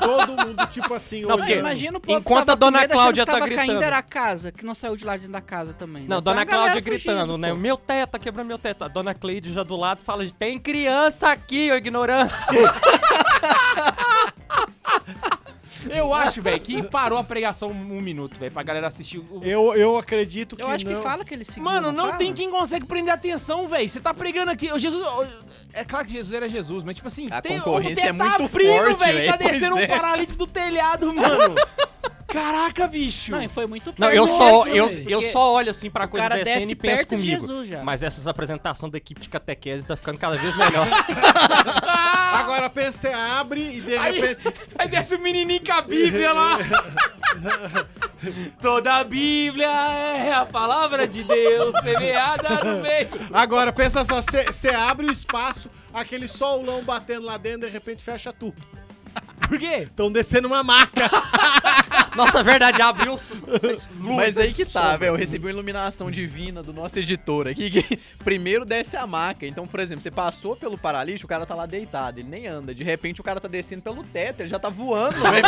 E: Todo mundo, tipo assim,
B: Não, porque-
E: olhando.
D: Ah, Imagina o povo que
B: Enquanto
D: tava
B: a dona
D: com medo, achando
B: Cláudia
D: que
B: tá
D: tava
B: gritando.
D: caindo era a casa, que não saiu de lá dentro da casa também.
B: Não,
D: Então, a
B: Dona
D: galera
B: Cláudia
D: fugindo,
B: gritando,
D: pô.
B: né? Meu teto, tá quebrando meu teto. A Dona Cleide já do lado fala, tem criança aqui, ô ignorância.
A: Eu acho, velho, que parou a pregação um minuto, velho, pra galera assistir o.
E: Eu, eu acredito que
D: Eu acho
E: não.
D: que fala que ele seguiu.
A: Mano, não
D: fala?
A: tem quem consegue prender atenção, velho. Você tá pregando aqui. O Jesus. ô, É claro que Jesus era Jesus, mas tipo assim,
C: A
A: tem,
C: concorrência
A: o
C: é
A: teto tá
C: muito
A: abrindo,
C: forte,
A: velho.
C: véi,
A: Tá
C: pois
A: descendo um
C: é.
A: paralítico do telhado,
C: [laughs]
A: mano. Caraca, bicho.
D: Não, e foi muito
B: Não,
D: né? perto.
B: eu
D: do
B: só,
D: Jesus,
B: eu,
D: velho.
B: eu só olho assim pra coisa
D: cara
B: descendo
D: desce
B: e penso
D: perto de
B: comigo.
D: Jesus já.
B: Mas essas apresentações da equipe de catequese tá ficando cada vez
D: [laughs]
B: melhor.
E: Agora pensa, abre e de
A: Aí,
E: repente.
A: aí desce o menininho com a Bíblia lá. Toda a Bíblia é a palavra de Deus semeada no meio.
E: Agora pensa só, você abre o espaço, aquele solão batendo lá dentro, de repente fecha tudo.
A: Por quê?
E: Estão descendo uma maca.
B: Nossa, a verdade, abriu os- [laughs] as
D: Ah,
B: luzes.
C: Mas aí que tá,
B: Sombra.
C: velho. Eu recebi uma iluminação divina do nosso editor aqui que [laughs] primeiro desce a maca. Então, por exemplo, você passou pelo paralítico, o cara tá lá deitado, ele nem anda. De repente o cara tá descendo pelo teto, ele já tá voando, [laughs] velho.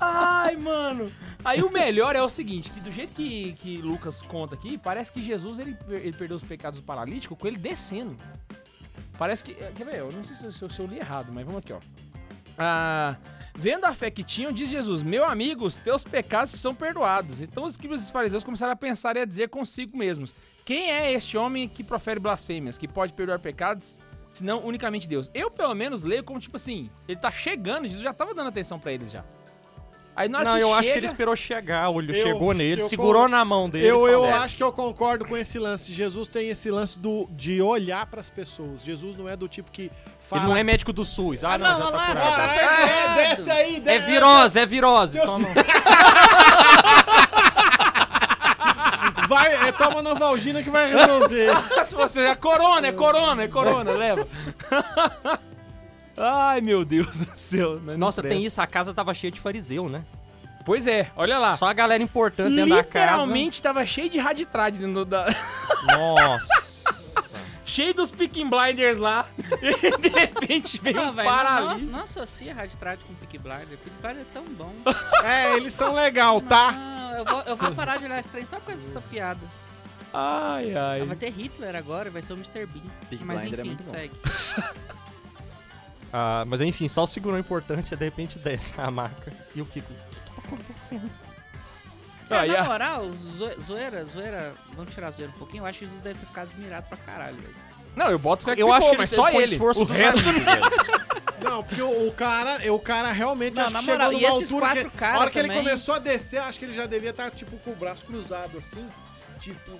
A: Ai, mano. Aí o melhor é o seguinte, que do jeito que, que Lucas conta aqui, parece que Jesus ele, per- ele perdeu os pecados do paralítico com ele descendo. Parece que... Quer ver? Eu não sei se, eu- se eu- se eu li errado, mas vamos aqui, ó. Ah, vendo a fé que tinham, diz Jesus, meu amigo, os teus pecados são perdoados. Então os escribas e os fariseus começaram a pensar e a dizer consigo mesmos, quem é este homem que profere blasfêmias, que pode perdoar pecados, senão unicamente Deus? Eu, pelo menos, leio como, tipo assim, ele tá chegando, Jesus já tava dando atenção pra eles já. Aí na hora
B: Não,
A: que
B: eu
A: chega,
B: acho que ele esperou chegar, olho
E: Eu-
B: chegou nele,
E: eu
B: segurou
E: con-
B: na mão dele.
E: Eu,
B: e
E: eu
B: falou, "É,
E: acho que eu concordo com esse lance. Jesus tem esse lance do, de olhar pras pessoas. Jesus não é do tipo que fala.
B: Ele não é médico do SUS. Ah,
D: Ah,
B: não,
D: não,
B: já tá
D: olha lá,
B: curado.
D: você tá
E: É,
D: perdendo.
E: desce aí,
B: É
E: desce.
B: virose, é virose.
E: Deus-
B: Toma.
E: [laughs] Vai, é, toma Novalgina que vai resolver.
A: Se você é corona, é corona, é
B: [laughs]
A: corona, leva. Ai, meu Deus do céu. né? Não
B: Nossa, tem
A: presta.
B: isso, a casa tava cheia de fariseu, né?
A: Pois é, olha lá.
B: Só a galera importante dentro da casa.
A: Literalmente tava cheio de raditrade dentro da... [laughs]
B: Nossa.
A: cheio dos Picking Blinders lá. E de repente veio
D: Não,
A: um
D: Ah, velho, não, não,
A: paralítico.
D: não associa Rádio Trade com Pick Blinder. Pick Blinder é tão bom.
E: É, eles são legal, tá?
D: Não, eu vou, eu vou parar de olhar esse trem só por causa dessa piada.
A: Ai,
D: Ah, Vai
A: ai.
D: ter Hitler agora, vai ser o Mr. Bean.
C: Pick
D: Mas
C: Blinder é
D: enfim,
C: muito bom.
D: segue.
B: [laughs] Ah, mas enfim, só o segurão importante é de repente desce a marca. E eu fico, o que, que tá acontecendo?
A: Não, e
D: na
A: a-
D: moral, zoe- zoeira, zoeira, vamos tirar a zoeira um pouquinho, eu acho que Jesus deve ter ficado admirado pra caralho, velho.
A: Não, eu boto fé que
B: Eu
A: ficou,
B: acho que ele
A: mas só
D: um
B: com
A: ele.
B: esforço
A: o
B: dos
A: resto
B: amigos, velho.
E: Não, porque o, o cara, o cara realmente
D: Não,
E: acho
D: na
E: que chegou
D: moral,
E: numa
D: e esses
E: altura
D: quatro
E: que,
D: cara
E: a hora que ele
D: também?
E: começou a descer, acho que ele já devia estar tipo com o braço cruzado assim, tipo,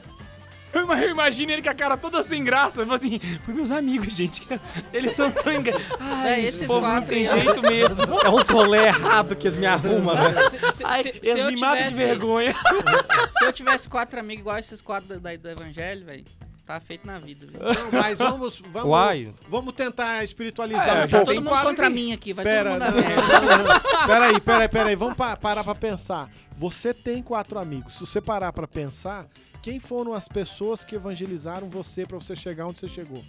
A: Eu ima- [laughs] eu imagino ele com a cara toda sem graça. Tipo assim, foi meus amigos, gente. Eles são tão enganados. Ai,
D: [laughs] É,
A: esse
D: esses
A: povo não
D: quatro
A: tem
D: aí, ó.
A: jeito
D: [laughs]
A: mesmo.
B: É uns rolê errado que eles me arrumam, né? velho.
D: Se, se-
A: Ai,
D: se- se
A: eles
D: eu
A: me matam de
D: tivesse-
A: vergonha.
D: [laughs] Se eu tivesse quatro amigos igual esses quatro do, da- do evangelho, velho, tá feito na vida, velho.
E: não, mas vamos, vamos,
B: Uai.
E: vamos tentar espiritualizar
A: É,
E: um
A: já
D: Tá
E: pouco.
D: todo
A: tem
D: mundo
A: quatro
D: contra
A: aqui.
D: mim aqui, vai
E: Pera, né?
D: todo
E: não,
D: mundo a
E: não,
D: merda.
E: não, não. [laughs] peraí, peraí, peraí. Vamos pa- parar pra pensar. Você tem quatro amigos. Se você parar pra pensar, quem foram as pessoas que evangelizaram você pra você chegar onde você chegou?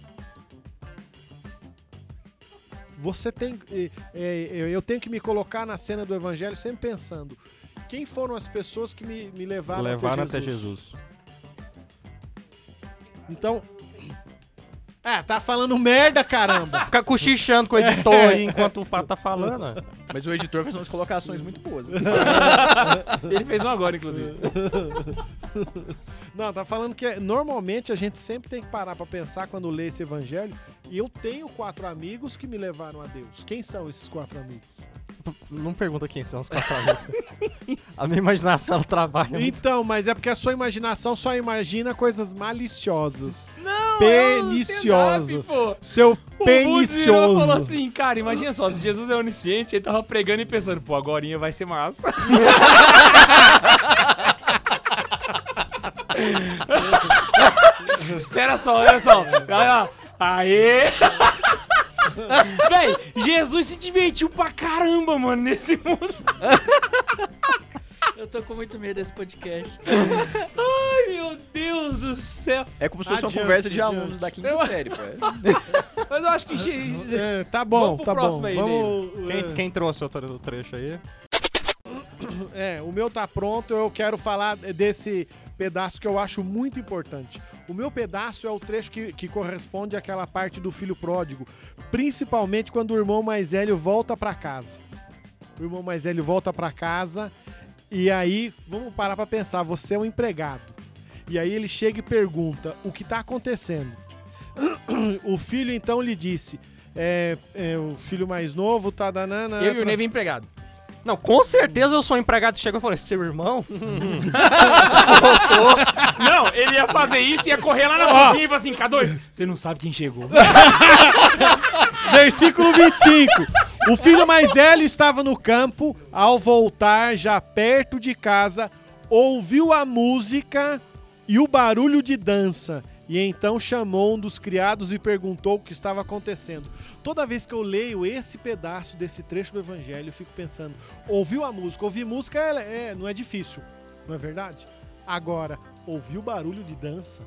E: Você tem. eh, eh, eu- Eu tenho que me colocar na cena do evangelho sempre pensando. Quem foram as pessoas que me, me levaram,
B: Levaram até
E: até Jesus?
B: Jesus.
E: Então. É, tá falando merda, caramba!
B: Ficar cochichando com o editor aí enquanto o pato tá falando. ó.
C: Mas o editor fez umas colocações muito boas.
A: Ele fez um agora, inclusive.
E: Não, tá falando que normalmente a gente sempre tem que parar pra pensar quando lê esse evangelho. E eu tenho quatro amigos que me levaram a Deus. Quem são esses quatro amigos?
B: Não pergunta quem são os quatro amigos. A minha imaginação ela trabalha. muito.
E: Então, mas é porque a sua imaginação só imagina coisas maliciosas. Perniciosas.
A: Pô. O
E: Seu
A: Mundo virou e falou
E: pernicioso.
A: assim, cara, imagina só, se Jesus é onisciente, ele tava pregando e pensando, pô, agorinha vai ser massa. Espera só, olha só. Olha, aê! Véi, Jesus se divertiu pra caramba, mano, nesse mundo.
D: Eu tô com muito medo desse podcast.
A: Ai, meu Deus do céu.
C: É como se fosse uma
E: Adiante,
C: conversa de
E: adiante.
C: alunos da quinta
A: Eu-
B: [laughs]
C: série, pô.
A: Mas eu acho que... che-
E: É, tá
A: Vamos
E: bom,
A: pro
E: tá bom.
A: próximo aí,
E: Vamos,
B: Quem, quem trouxe o trecho aí?
E: É, o meu tá pronto, eu quero falar desse pedaço que eu acho muito importante. O meu pedaço é o trecho que, que corresponde àquela parte do filho pródigo, principalmente quando o irmão mais velho volta pra casa. O irmão mais velho volta pra casa e aí, vamos parar pra pensar, você é um empregado. E aí ele chega e pergunta, o que tá acontecendo? [clears throat] O filho então lhe disse, é, é, o filho mais novo tá danana...
A: Eu e o Neve empregado.
B: Não, com certeza eu sou um empregado. Chegou e falou: seu [laughs] irmão?
A: Não, ele ia fazer isso e ia correr lá na cozinha e falar assim, K2, você não sabe quem chegou.
E: Versículo 25. O filho mais velho estava no campo, ao voltar já perto de casa, ouviu a música e o barulho de dança. E então chamou um dos criados e perguntou o que estava acontecendo. Toda vez que eu leio esse pedaço desse trecho do evangelho, eu fico pensando: ouviu a música? Ouvir música é- é- não é difícil, não é verdade? Agora, ouvir o barulho de dança?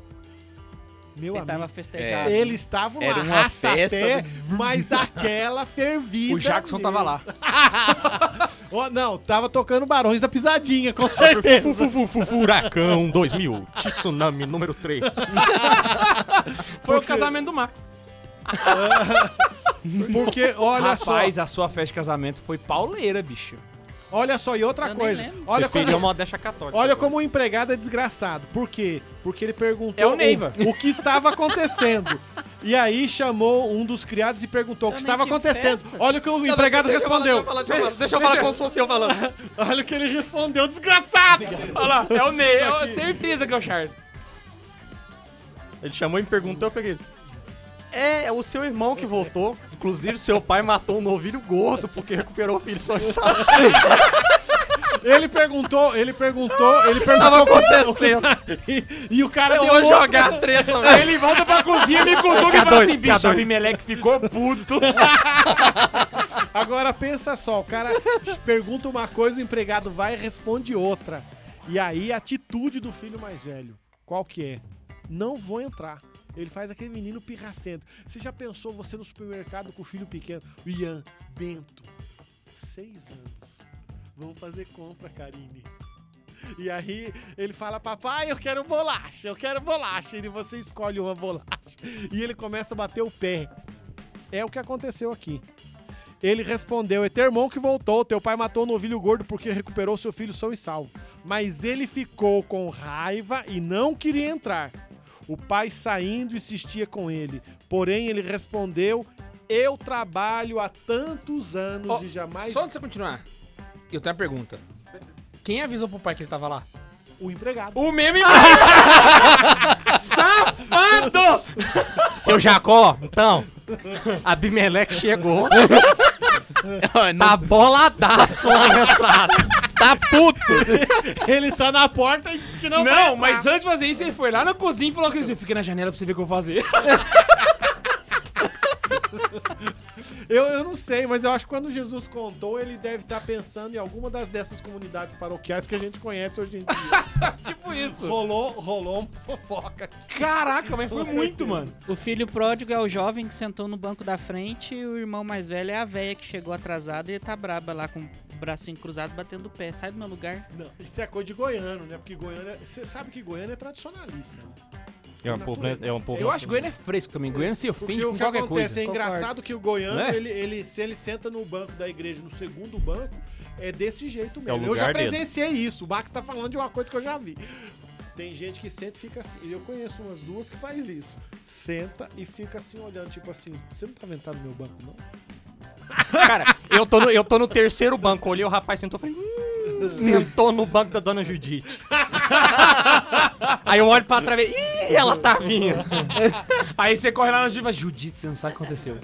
E: Meu
D: Ele
E: amigo.
D: tava festejado.
E: Eles estavam
C: É. Era
E: lá,
C: uma
E: um arrastapé,
C: festa
E: mas daquela
A: [laughs]
E: fervida.
A: O Jackson
E: mesmo.
A: tava lá.
E: Ó, não, tava tocando Barões da Pisadinha,
A: [laughs]
E: com certeza.
B: Fufufufu, furacão 2000, tsunami número 3.
A: Foi o casamento do Max.
E: Porque, olha
A: Rapaz,
E: só,
A: a sua festa de casamento foi pauleira, bicho.
E: olha só, e outra
D: Eu nem
E: coisa.
D: lembro.
E: Olha
B: Você
E: como,
A: um
B: feriu a modéstia católica.
E: [laughs] olha como o empregado é desgraçado. Por quê? Porque ele perguntou
A: É o Neiva.
E: o, o que estava acontecendo. E aí chamou um dos criados e perguntou o que estava
D: Realmente
E: acontecendo.
D: festa.
E: Olha o que o empregado respondeu.
B: Deixa eu falar como se fosse eu falando.
E: Olha o que ele respondeu, desgraçado.
A: Olha lá, é o Ney, é a certeza que é o Charles.
B: [laughs] Ele chamou e me perguntou, eu peguei. É, é o seu irmão que voltou. Inclusive, seu pai matou um novilho gordo porque recuperou o filho só de saúde.
E: Ele perguntou, ele perguntou, ele
B: Tava
E: perguntou.
B: acontecendo.
E: E, e o cara
B: Eu
E: deu
B: vou
E: outra.
B: jogar
C: [laughs]
B: treta, velho.
A: Ele volta pra cozinha, me cutuca e fala
B: K2,
A: assim, bicho,
B: K2.
A: Abimeleque ficou puto.
E: Agora pensa só, o cara pergunta uma coisa, o empregado vai e responde outra. E aí a atitude do filho mais velho, qual que é? Não vou entrar. Ele faz aquele menino pirracento. Você já pensou você no supermercado com o filho pequeno? O Ian Bento, seis anos. Vamos fazer compra, Karine. E aí ele fala, papai, eu quero bolacha, eu quero bolacha. E você escolhe uma bolacha. E ele começa a bater o pé. É o que aconteceu aqui. um Ele respondeu: É teu irmão que voltou. Teu pai matou o novilho gordo porque recuperou seu filho são e salvo. mas ele ficou com raiva e não queria entrar. O pai saindo insistia com ele, porém ele respondeu: Eu trabalho há tantos anos
A: Ó,
E: e jamais.
A: Só antes de você continuar, eu tenho uma pergunta. Quem avisou pro pai que ele tava lá?
E: O empregado.
A: O mesmo empresa! [laughs] Safado!
B: Seu Jacó, então, Abimeleque chegou, tá
C: Não-
B: boladaço lá na entrada.
C: tá puto!
E: [laughs] Ele tá na porta e disse que não, vai
A: Não,
E: entrar.
A: mas antes de fazer isso, ele foi lá na cozinha e falou que você fica na janela pra você ver o que eu vou fazer.
E: Eu, eu não sei, mas eu acho que quando Jesus contou, ele deve estar pensando em alguma das dessas comunidades paroquiais que a gente conhece hoje em dia.
A: tipo isso.
E: [laughs] rolou, rolou uma fofoca. aqui.
A: Caraca, mas foi
E: Com
A: muito,
E: certeza.
A: mano.
D: O filho pródigo é o jovem que sentou no banco da frente e o irmão mais velho é a véia que chegou atrasada e tá braba lá com o bracinho cruzado batendo o pé. Sai do meu lugar.
E: Não, isso é coisa de goiano, né? Porque Goiânia. Você sabe que Goiânia é tradicionalista. Né?
B: É um povo, né? É um povo
A: Eu acho que Goiânia é fresco também. Goiânia se
E: Porque
A: ofende
E: o
A: com
E: que
A: qualquer
E: acontece
A: coisa.
E: é engraçado que o goiano,
A: Né?
E: ele, ele- se ele senta no banco da igreja, no segundo banco, é desse jeito
B: É o
E: mesmo. eu já
B: lugar dele.
E: presenciei isso. O Max tá falando de uma coisa que eu já vi. Tem gente que senta e fica assim. Eu conheço umas duas que faz isso. Senta e fica assim olhando, tipo assim, você não tá ventando no meu banco, não?
B: Cara, eu tô no, eu tô no terceiro banco, olhei o rapaz sentou, falei, hum, sentou no banco da dona Judite. Aí eu olho pra trás, e vejo, ih, ela tá vindo.
A: Aí você corre lá na Juva, Judite, você não sabe o que aconteceu.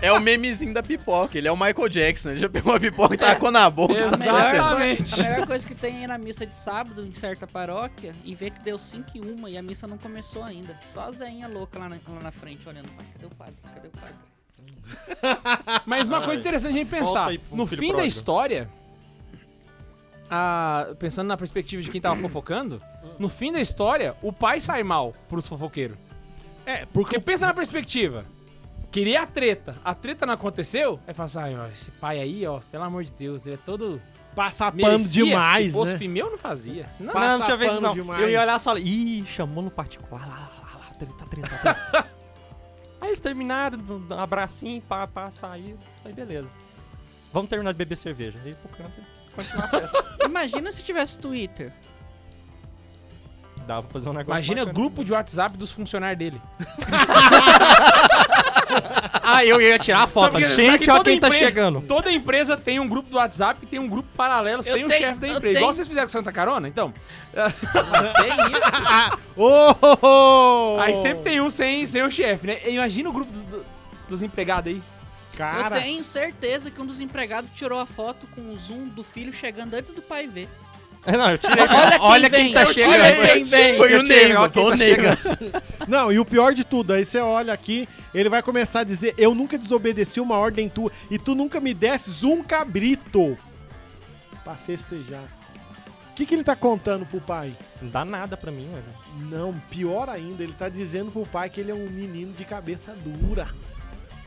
C: É o memezinho da pipoca, ele é o Michael Jackson, ele já pegou a pipoca e tacou na boca. Tá
D: A melhor,
A: Exatamente.
D: coi- a melhor coisa que tem é ir na missa de sábado em certa paróquia e ver que deu 5 e 1 e a missa não começou ainda. Só as veinhas loucas lá na, lá na frente olhando. "Pai, Cadê o padre? Cadê o padre?
A: Mas uma coisa interessante a gente pensar.
B: Volta aí pro
A: No fim
B: filho
A: da
B: pródigo.
A: história, a- pensando na perspectiva de quem tava fofocando, no fim da história, o pai sai mal pros fofoqueiros.
E: É,
A: Porque pensa na perspectiva. Queria a treta. A treta não aconteceu. Aí fala assim, "Ai, ó, esse pai aí, ó, pelo amor de Deus, ele é todo
E: Passar pano
A: merecia.
E: demais,
A: Se fosse
E: né?
A: filme, eu não fazia. Não,
E: Passa
B: não, deixa eu ver isso
E: pano
B: não.
E: demais.
B: Eu ia olhar só, ih, chamou no particular, lá, lá, lá, treta, treta, treta. Aí eles terminaram, dão um abracinho, pá, pá, saiu, aí beleza. Vamos terminar de beber cerveja. Aí pro canto, continuar a festa.
D: Imagina se tivesse Twitter.
B: Dava pra fazer um negócio
A: Imagina
B: bacana.
A: grupo de WhatsApp dos funcionários dele.
B: Ah, eu ia tirar a foto.
A: Sabe que- sabe que
B: Gente, ó
A: toda
B: quem tá
A: empresa-
B: chegando.
A: Toda empresa tem um grupo do WhatsApp e tem um grupo paralelo sem o
D: tenho-
A: chefe da
D: eu
A: empresa.
D: tenho-
A: Igual vocês fizeram com Santa Carona, então. [laughs]
E: Oh!
A: Aí sempre tem um sem, sem o chefe, né? Imagina o grupo do- do- dos empregados aí.
E: Cara,
D: Eu tenho certeza que um dos empregados tirou a foto com o zoom do filho chegando antes do pai ver.
B: É, Não, eu tirei.
D: Olha
B: Olha,
D: quem
B: quem,
D: vem,
B: tá
D: eu tirei
B: chegando.
D: quem vem.
C: Foi
B: Eu
C: o
B: tirei, ó,
C: Nego,
B: quem
C: foi o
B: tá
C: Nego.
B: chegando.
E: Não, e o pior de tudo, aí você olha aqui, ele vai começar a dizer: Eu nunca desobedeci uma ordem tua e tu nunca me desses um cabrito pra festejar. O que, que ele tá contando pro pai?
B: Não dá nada pra mim, velho.
E: Não, pior ainda, ele tá dizendo pro pai que ele é um menino de cabeça dura.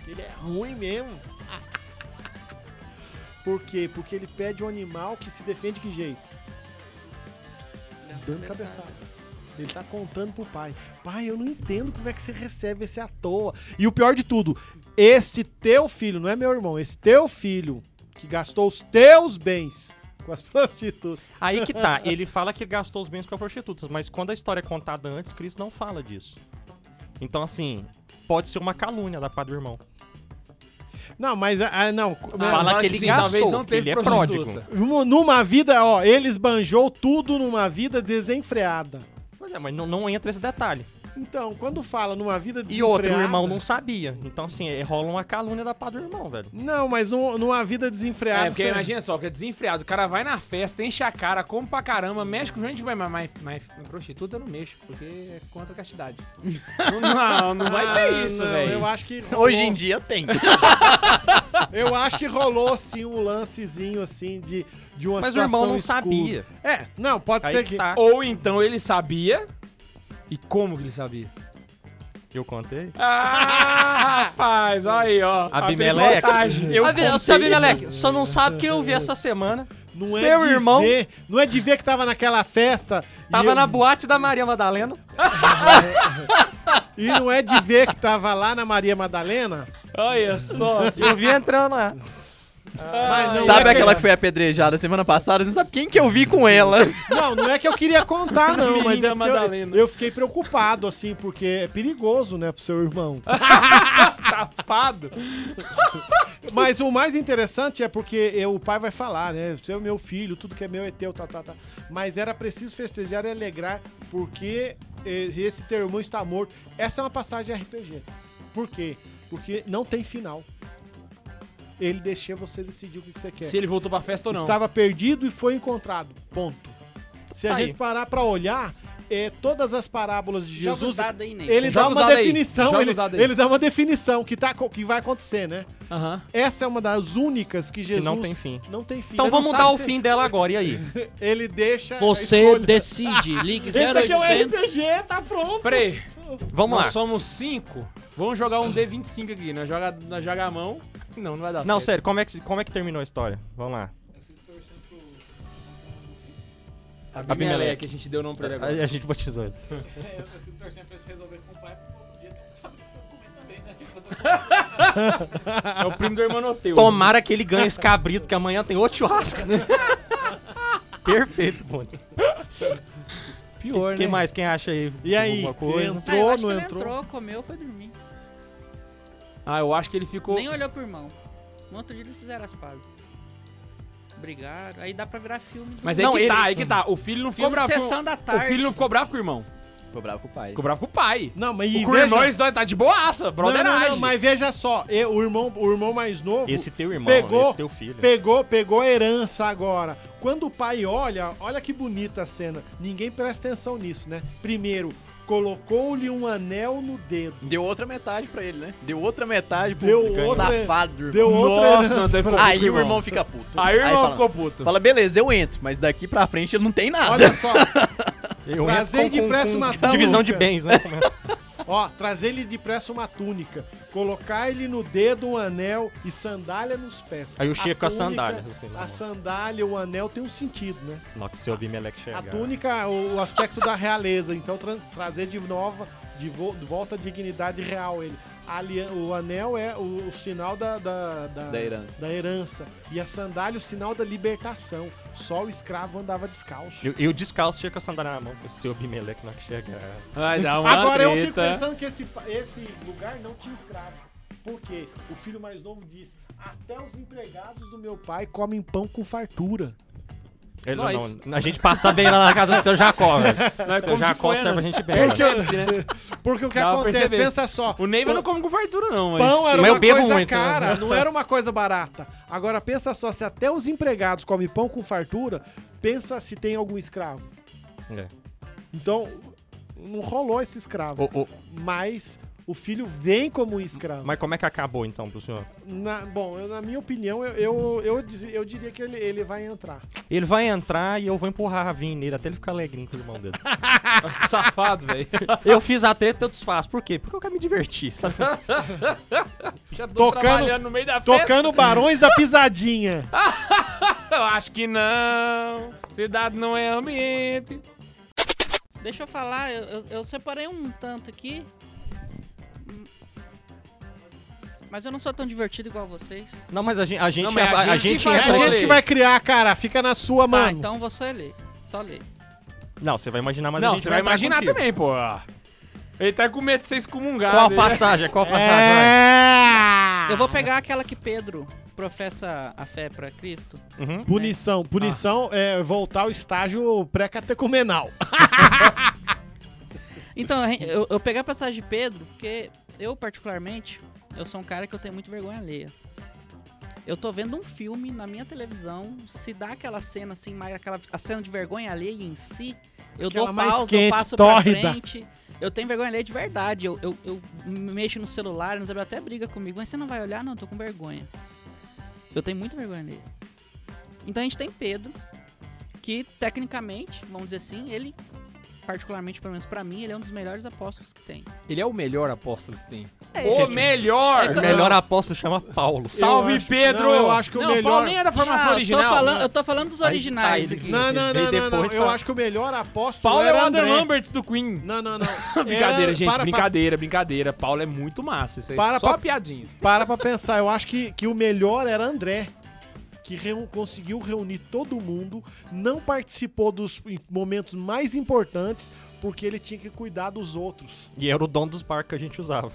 E: Que ele é ruim mesmo. [laughs] Por quê? Porque ele pede um animal que se defende de que jeito? dando cabeçada. Ele tá contando pro pai. Pai, eu não entendo como é que você recebe esse à toa. E o pior de tudo, este teu filho, não é meu irmão, esse teu filho que gastou os teus bens com as [laughs] prostitutas.
B: Aí que tá, ele fala que gastou os bens com as prostitutas, mas quando a história é contada antes, Cristo não fala disso. Então, assim, pode ser uma calúnia da parte do irmão.
E: Não, mas ah, não,
B: fala
A: mas,
B: que ele
A: assim,
B: gastou,
A: talvez não
B: que
A: teve
B: ele é
A: prostituta.
B: pródigo.
E: numa numa vida, ó, ele esbanjou tudo numa vida desenfreada.
B: Pois é, mas não, não entra esse detalhe.
E: Então, quando fala numa vida
B: E
E: desenfreada.
B: outro, o irmão não sabia. Então, assim, é- rola uma calúnia da parte do irmão, velho.
E: Não, mas num- numa vida desenfreada.
A: É, porque
E: você-
A: imagina só, que é desenfreado. O cara vai na festa, enche a cara, come pra caramba, mexe com gente, mas, mas, mas, mas prostituta eu não mexo, porque é contra a castidade. não, não vai ter
E: Ah,
A: isso,
E: não,
A: velho.
B: [laughs]
E: Eu acho que.
C: [laughs]
E: rolou-
C: Hoje em dia tem.
E: Eu acho que rolou sim um lancezinho assim de, de uma
B: Mas o
E: situação
B: irmão não
E: escusa.
B: sabia.
E: É, não, pode ser
B: Aí
E: que.
B: que tá.
A: Ou então ele sabia. E como que ele sabia?
B: Eu contei.
A: Ah, [laughs] rapaz, olha aí, ó. a
B: Abimeleque.
A: tricotagem.
C: Eu
B: Abi-
C: contei.
B: Você, Abimeleque, só não sabe que eu vi essa semana.
E: Não
B: Seu
E: é de
B: irmão-
E: ver, não é de ver que tava naquela festa.
B: Tava
E: e,
B: na boate da Maria Madalena.
E: [laughs] e não é de ver que tava lá na Maria Madalena.
A: Olha só.
B: Eu vi entrando lá.
E: Mas não
C: sabe
E: é
C: aquela que foi apedrejada semana passada? Você não sabe quem que eu vi com ela.
E: Não, não é que eu
A: [laughs]
E: queria contar, não, mas é
A: Menina
E: porque eu-
A: Madalena.
E: eu, fiquei preocupado, assim, porque é perigoso, né, pro
A: [laughs]
E: seu irmão.
A: Safado.
E: Mas o mais interessante é porque eu- o pai vai falar, né? Você é o meu filho, tudo que é meu é teu, tá, tá, tá. Mas era preciso festejar e alegrar porque eh, esse teu irmão está morto. Essa é uma passagem de RPG. Por quê? Porque não tem final. Ele deixa você decidir o que que você quer.
A: Se ele voltou pra festa ou não.
E: Estava perdido e foi encontrado. Ponto. Se a
B: Aí.
E: gente parar pra olhar, é, todas as parábolas de
D: Joga os
E: Jesus.
D: dados aí, Ney.
E: Ele
A: Joga
E: dá
A: os
E: uma
A: dados aí. Joga
E: definição, ele,
A: os dados aí.
E: ele dá uma definição que, tá, co- que vai acontecer, né?
A: Aham.
E: Essa é uma das únicas que
B: Que
E: Jesus
B: não tem fim.
E: não tem fim.
B: Então
A: não
B: vamos
A: sabe
B: dar o
A: se-
B: fim dela agora, e aí?
E: Ele deixa a
D: Você
E: escolha.
D: decide. Ligue
E: [laughs] Esse aqui é o
D: 0800.
E: RPG, tá pronto.
A: Peraí,
B: Vamos
A: nós
B: lá.
A: somos cinco. Vamos jogar um D25 aqui, né? Joga, nós joga a mão. Não, não vai dar
B: Não,
A: certo.
B: sério, como é, que, como é que terminou a história? Vamos lá.
A: Não, Abimeleque, a gente deu o nome pra ele
B: A,
A: agora.
B: a gente batizou ele.
F: Eu fico torcendo pra eles resolverem com o pai, porque eu podia ter um cabelo também, né? Tipo, eu tô
A: É o primo do Hermanoteu.
B: Tomara que ele ganhe esse cabrito, que amanhã tem outro
A: [laughs]
B: churrasco. Perfeito, ponto.
A: Pior, né?
B: Quem mais? Quem acha aí?
E: E aí?
B: Alguma coisa?
D: Ah, eu
E: Entrou,
D: acho que
E: não
D: ele
E: entrou?
D: entrou, comeu, foi dormir.
A: Ah, eu acho que ele ficou...
D: Nem olhou pro irmão. No outro dia eles fizeram as pazes. Brigaram. Aí dá pra virar filme. Do
A: Mas
B: Não,
A: aí que
B: ele-
A: tá, aí que tá. O filho não ficou
D: filme de
A: bravo
D: sessão
A: com...
D: da
A: O
D: tarde.
A: filho não ficou bravo com o irmão.
C: Ficou bravo com o pai.
A: Ficou bravo com o pai.
E: Não, mas
A: O
E: e
A: Cruel
E: veja...
A: Noise tá de boaça,
E: Não, não, não,
A: brotheragem.
E: mas veja só, e- o irmão, o irmão mais novo
B: Esse teu irmão,
E: Pegou.
B: esse teu filho.
E: pegou, pegou a herança agora. Quando o pai olha, olha que bonita a cena. Ninguém presta atenção nisso, né? Primeiro, colocou-lhe um anel no dedo.
C: Deu outra metade pra ele, né? Deu outra metade pro
E: Deu
C: pro
E: outra-
C: safado do irmão.
E: Deu outra
A: Nossa,
E: herança.
A: não, deve
C: Aí
A: ficou
C: o irmão fica puto.
A: Aí o irmão
C: fala,
A: ficou puto.
C: fala, beleza, eu entro, mas daqui pra frente ele não tem nada.
B: [laughs]
E: Olha só,
B: Eu
E: Prazer
B: entro
E: de pressa uma
B: divisão de
E: maluca.
B: bens,
E: [laughs]
B: né?
E: ó, trazer-lhe depressa uma túnica, colocar-lhe no dedo um anel e sandália nos pés.
B: Aí o Chico com a
E: túnica-
B: sandália, assim, na
E: A
B: mão.
E: sandália, o anel tem um sentido, né?
B: Nossa, se eu ouvir Meleque
E: A
B: chegar.
E: túnica, o, o aspecto da realeza. Então, tra- trazer de nova, de, vo- de volta a dignidade real ele. Ali, o anel é o, o sinal da, da,
C: Da herança.
E: da herança. E a sandália, o sinal da libertação. Só o escravo andava descalço.
B: Eu, eu descalço, chega com a sandália na mão. Se eu ouvir Meleque na hora que chegar.
A: Vai dar uma
E: Agora eu fico
A: treta.
E: pensando que esse, pa- esse lugar não tinha escravo. Porque o filho mais novo disse: Até os empregados do meu pai comem pão com fartura.
B: Ele,
A: Nós.
B: não, a gente passa bem lá na casa do seu Jacó, velho.
A: Nós
B: Seu
A: comemos de
B: Jacó
A: Buenas.
B: serve a gente bem.
A: Esse
B: velho.
A: é o ápice, né?
E: [laughs] Porque o que
A: Dá pra
E: acontece?
A: perceber.
E: Pensa só.
A: O Neiva não come com fartura, não, mas...
E: Pão era
B: Mas eu
E: uma
B: bebo
E: coisa
B: muito, né?
E: cara, não era uma coisa barata. Agora pensa só, se até os empregados comem pão com fartura, pensa se tem algum escravo.
B: É.
E: Então, não rolou esse escravo.
B: Ô, ô,
E: Mas o filho vem como um escravo.
B: mas como é que acabou então pro senhor?
E: Na- bom, eu- na minha opinião, eu, eu, eu, diz- eu diria que ele, ele vai entrar.
B: Ele vai entrar e eu vou empurrar a Ravinha nele até ele ficar alegrinho com o irmão dele.
A: [laughs]
B: [laughs]
A: Safado, velho. [laughs]
B: eu fiz a treta, eu desfaço. Por quê? Porque eu quero me divertir.
A: [laughs]
B: sabe?
A: Já tô
E: Tocando-
A: trabalhando no meio da festa.
E: Tocando Barões da
B: [laughs]
E: Pisadinha.
B: Tá,
A: Eu acho que não. Cidade não é ambiente.
D: Deixa eu falar, eu, eu- eu separei um tanto aqui. Hum. Mas eu não sou tão divertido igual vocês. Ah,
B: Não, mas a gente, a gente,
A: mas
B: a,
A: a
B: a
A: gente
B: gente,
A: que
E: É
A: faz
E: a
B: entra-
A: rolê.
E: gente que vai criar, cara. Fica na sua,
D: Tá,
E: mano.
D: então você lê. Só lê.
B: Não, você vai imaginar, mas a
A: não,
B: gente
A: você vai
B: entrar
A: imaginar
B: contigo.
A: também, É. pô. Ele tá com medo de ser excomungado.
B: Qual a
A: ele-
B: passagem? Qual a passagem?
E: É. Ah.
D: Eu vou pegar aquela que Pedro professa a fé pra Cristo.
B: Vai. Uhum.
E: Punição. Punição é voltar ao estágio pré-catecumenal.
D: Então, a gen- eu, eu peguei a passagem de Pedro, porque eu, particularmente, eu sou um cara que eu tenho muito vergonha alheia. Eu tô vendo um filme na minha televisão, se dá aquela cena assim, mais aquela a cena de vergonha alheia em si, eu
E: Aquela
D: dou
E: mais
D: pausa, eu
E: quente,
D: passo
E: tórrida.
D: pra frente. Eu tenho vergonha alheia de verdade. Eu, eu, eu me mexo no celular, Isabel até briga comigo, mas você não vai olhar? Não, eu tô com vergonha. Eu tenho muita vergonha alheia. Então a gente tem Pedro, que tecnicamente, vamos dizer assim, ele particularmente, pelo menos pra mim, ele é um dos melhores apóstolos que tem.
A: Ele é o melhor apóstolo que tem.
D: É,
A: o
B: gente.
A: melhor!
D: É
B: O melhor apóstolo chama Paulo.
A: Salve,
E: Eu acho-
A: Pedro!
E: não, eu acho que o
A: não,
E: melhor-
A: Paulo nem é da formação
D: Ah,
A: original.
D: Eu tô falando, eu tô falando dos
B: Aí
D: originais
B: tá, ele-
D: aqui.
E: Não,
B: Veio
E: não, não, não, não.
B: depois
E: Eu
B: pra-
E: acho que o melhor apóstolo
A: Paulo é
E: era
A: o Adam
E: André.
A: Lambert do Queen.
E: Não,
A: [laughs]
E: não, não.
A: Brincadeira,
E: né? Era-
A: gente.
E: para pra-
A: brincadeira, brincadeira. Paulo é muito massa. Isso aí é
E: Para
A: só
E: pra-
A: piadinha.
E: Para pra pensar. Eu acho que, que o melhor era André. que reu- conseguiu reunir todo mundo, não participou dos i- momentos mais importantes, porque ele tinha que cuidar dos outros.
B: E era o dono dos barcos que a gente usava.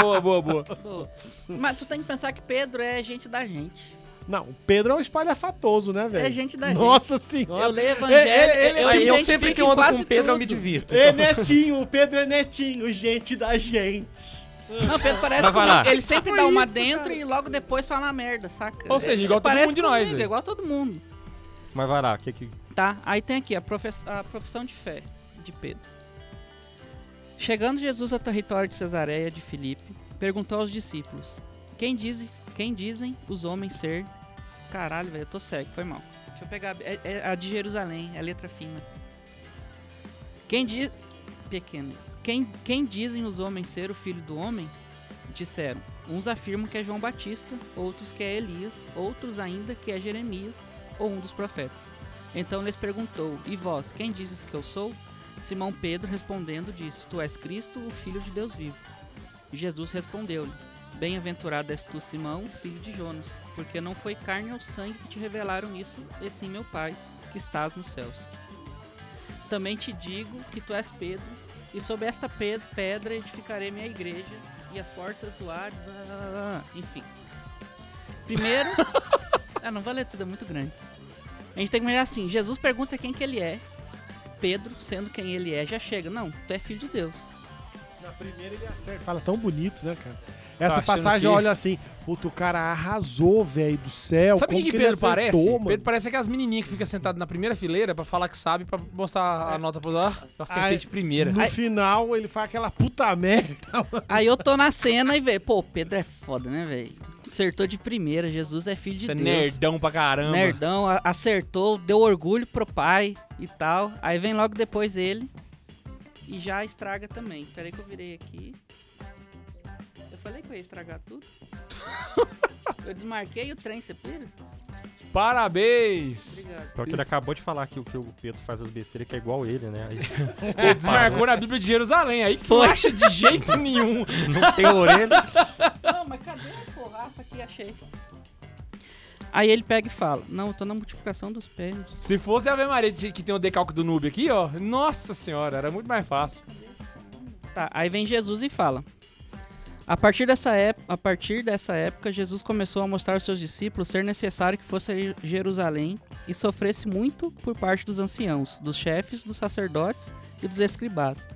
A: Boa, boa,
E: [laughs]
A: boa.
D: Pô, Mas tu tem que pensar que Pedro é gente da gente.
E: Não, o Pedro é um espalhafatoso, né, velho?
D: É gente da
E: Nossa
D: Eu
E: senhora!
D: leio evangelho.
E: Ele- ele-
D: eu,
B: Aí é, eu
D: identifico
B: sempre que
D: em
B: eu ando com
D: quase
B: o Pedro, eu me
D: tudo.
B: divirto.
E: É netinho, o Pedro é netinho, gente da gente.
D: Não, Pedro parece
B: Mas
D: que
B: vai lá.
D: ele sempre dá uma dentro e logo depois fala uma merda, saca?
A: Ou seja,
D: Ele
A: igual todo
D: parece
A: mundo de nós,
D: comigo,
A: velho.
D: Igual todo mundo.
B: Mas vai lá, o que que...
D: Tá, aí tem aqui a, profe- a profissão de fé de Pedro. Chegando Jesus ao território de Cesareia de Filipe, perguntou aos discípulos: Quem, diz, quem dizem os homens ser? Caralho, velho, eu tô cego, foi mal. Deixa eu pegar. É, é a de Jerusalém, é a letra fina. Quem diz. Pequenos. Quem, quem dizem os homens ser o filho do homem? Disseram. Uns afirmam que é João Batista, outros que é Elias, outros ainda que é Jeremias ou um dos profetas. Então lhes perguntou: E vós, quem dizes que eu sou? Simão Pedro respondendo disse: Tu és Cristo, o Filho de Deus vivo. Jesus respondeu-lhe: Bem-aventurado és tu, Simão, filho de Jonas, porque não foi carne ou sangue que te revelaram isso, e sim meu Pai, que estás nos céus. Também te digo que tu és Pedro, e sob esta pe- pedra edificarei minha igreja, e as portas do Hades. lá, lá, lá, lá, lá. Enfim. Primeiro. ah, não vou ler tudo, é muito grande. A gente tem que imaginar assim: Jesus pergunta quem que ele é. Pedro, sendo quem ele é, já chega. Não, tu é filho de Deus.
E: Na primeira ele acerta. Fala tão bonito, né, cara?
A: Tá
E: Essa
B: achando
E: passagem,
B: que-
E: olha assim, puto, o cara arrasou, velho, do céu.
A: Sabe o
E: como
A: que, que
E: ele
A: Pedro
E: acertou,
A: parece?
E: mano?
A: Pedro parece aquelas menininhas que ficam sentadas na primeira fileira pra falar que sabe, pra mostrar a nota pro... Ah, eu acertei
E: É. Ai,
A: de primeira.
E: No
D: Ai.
E: final, ele faz aquela puta [laughs] merda. mano.
D: Aí eu tô na cena e veio. Pô, o Pedro é foda, né, velho? Acertou de primeira, Jesus é filho de
A: Você é
D: Deus.
A: nerdão pra caramba.
D: Nerdão, a- acertou, deu orgulho pro pai e tal. Aí vem logo depois ele e já estraga também. Peraí que eu virei aqui. Eu falei que eu ia estragar
A: [laughs]
D: tudo. eu desmarquei o trem, você pira?
A: Parabéns!
D: Obrigado.
B: Pior que ele acabou de falar que o que o Pedro faz as besteiras que é igual ele, né? Aí, [laughs]
A: Ele É, desmarcou na Bíblia de Jerusalém, aí que não
D: Foi.
A: acha de jeito nenhum.
B: não tem orelha.
D: Não, mas cadê a porrafa que achei? Aí ele pega e fala: Não, eu tô na multiplicação dos pênis.
A: Se fosse a Ave Maria de- que tem o decalque do Nube aqui, ó, nossa senhora, era muito mais fácil.
D: Tá, aí vem Jesus e fala. A partir, dessa ép- a partir dessa época, Jesus começou a mostrar aos seus discípulos ser necessário que fosse a Je- Jerusalém e sofresse muito por parte dos anciãos, dos chefes, dos sacerdotes e dos escribás,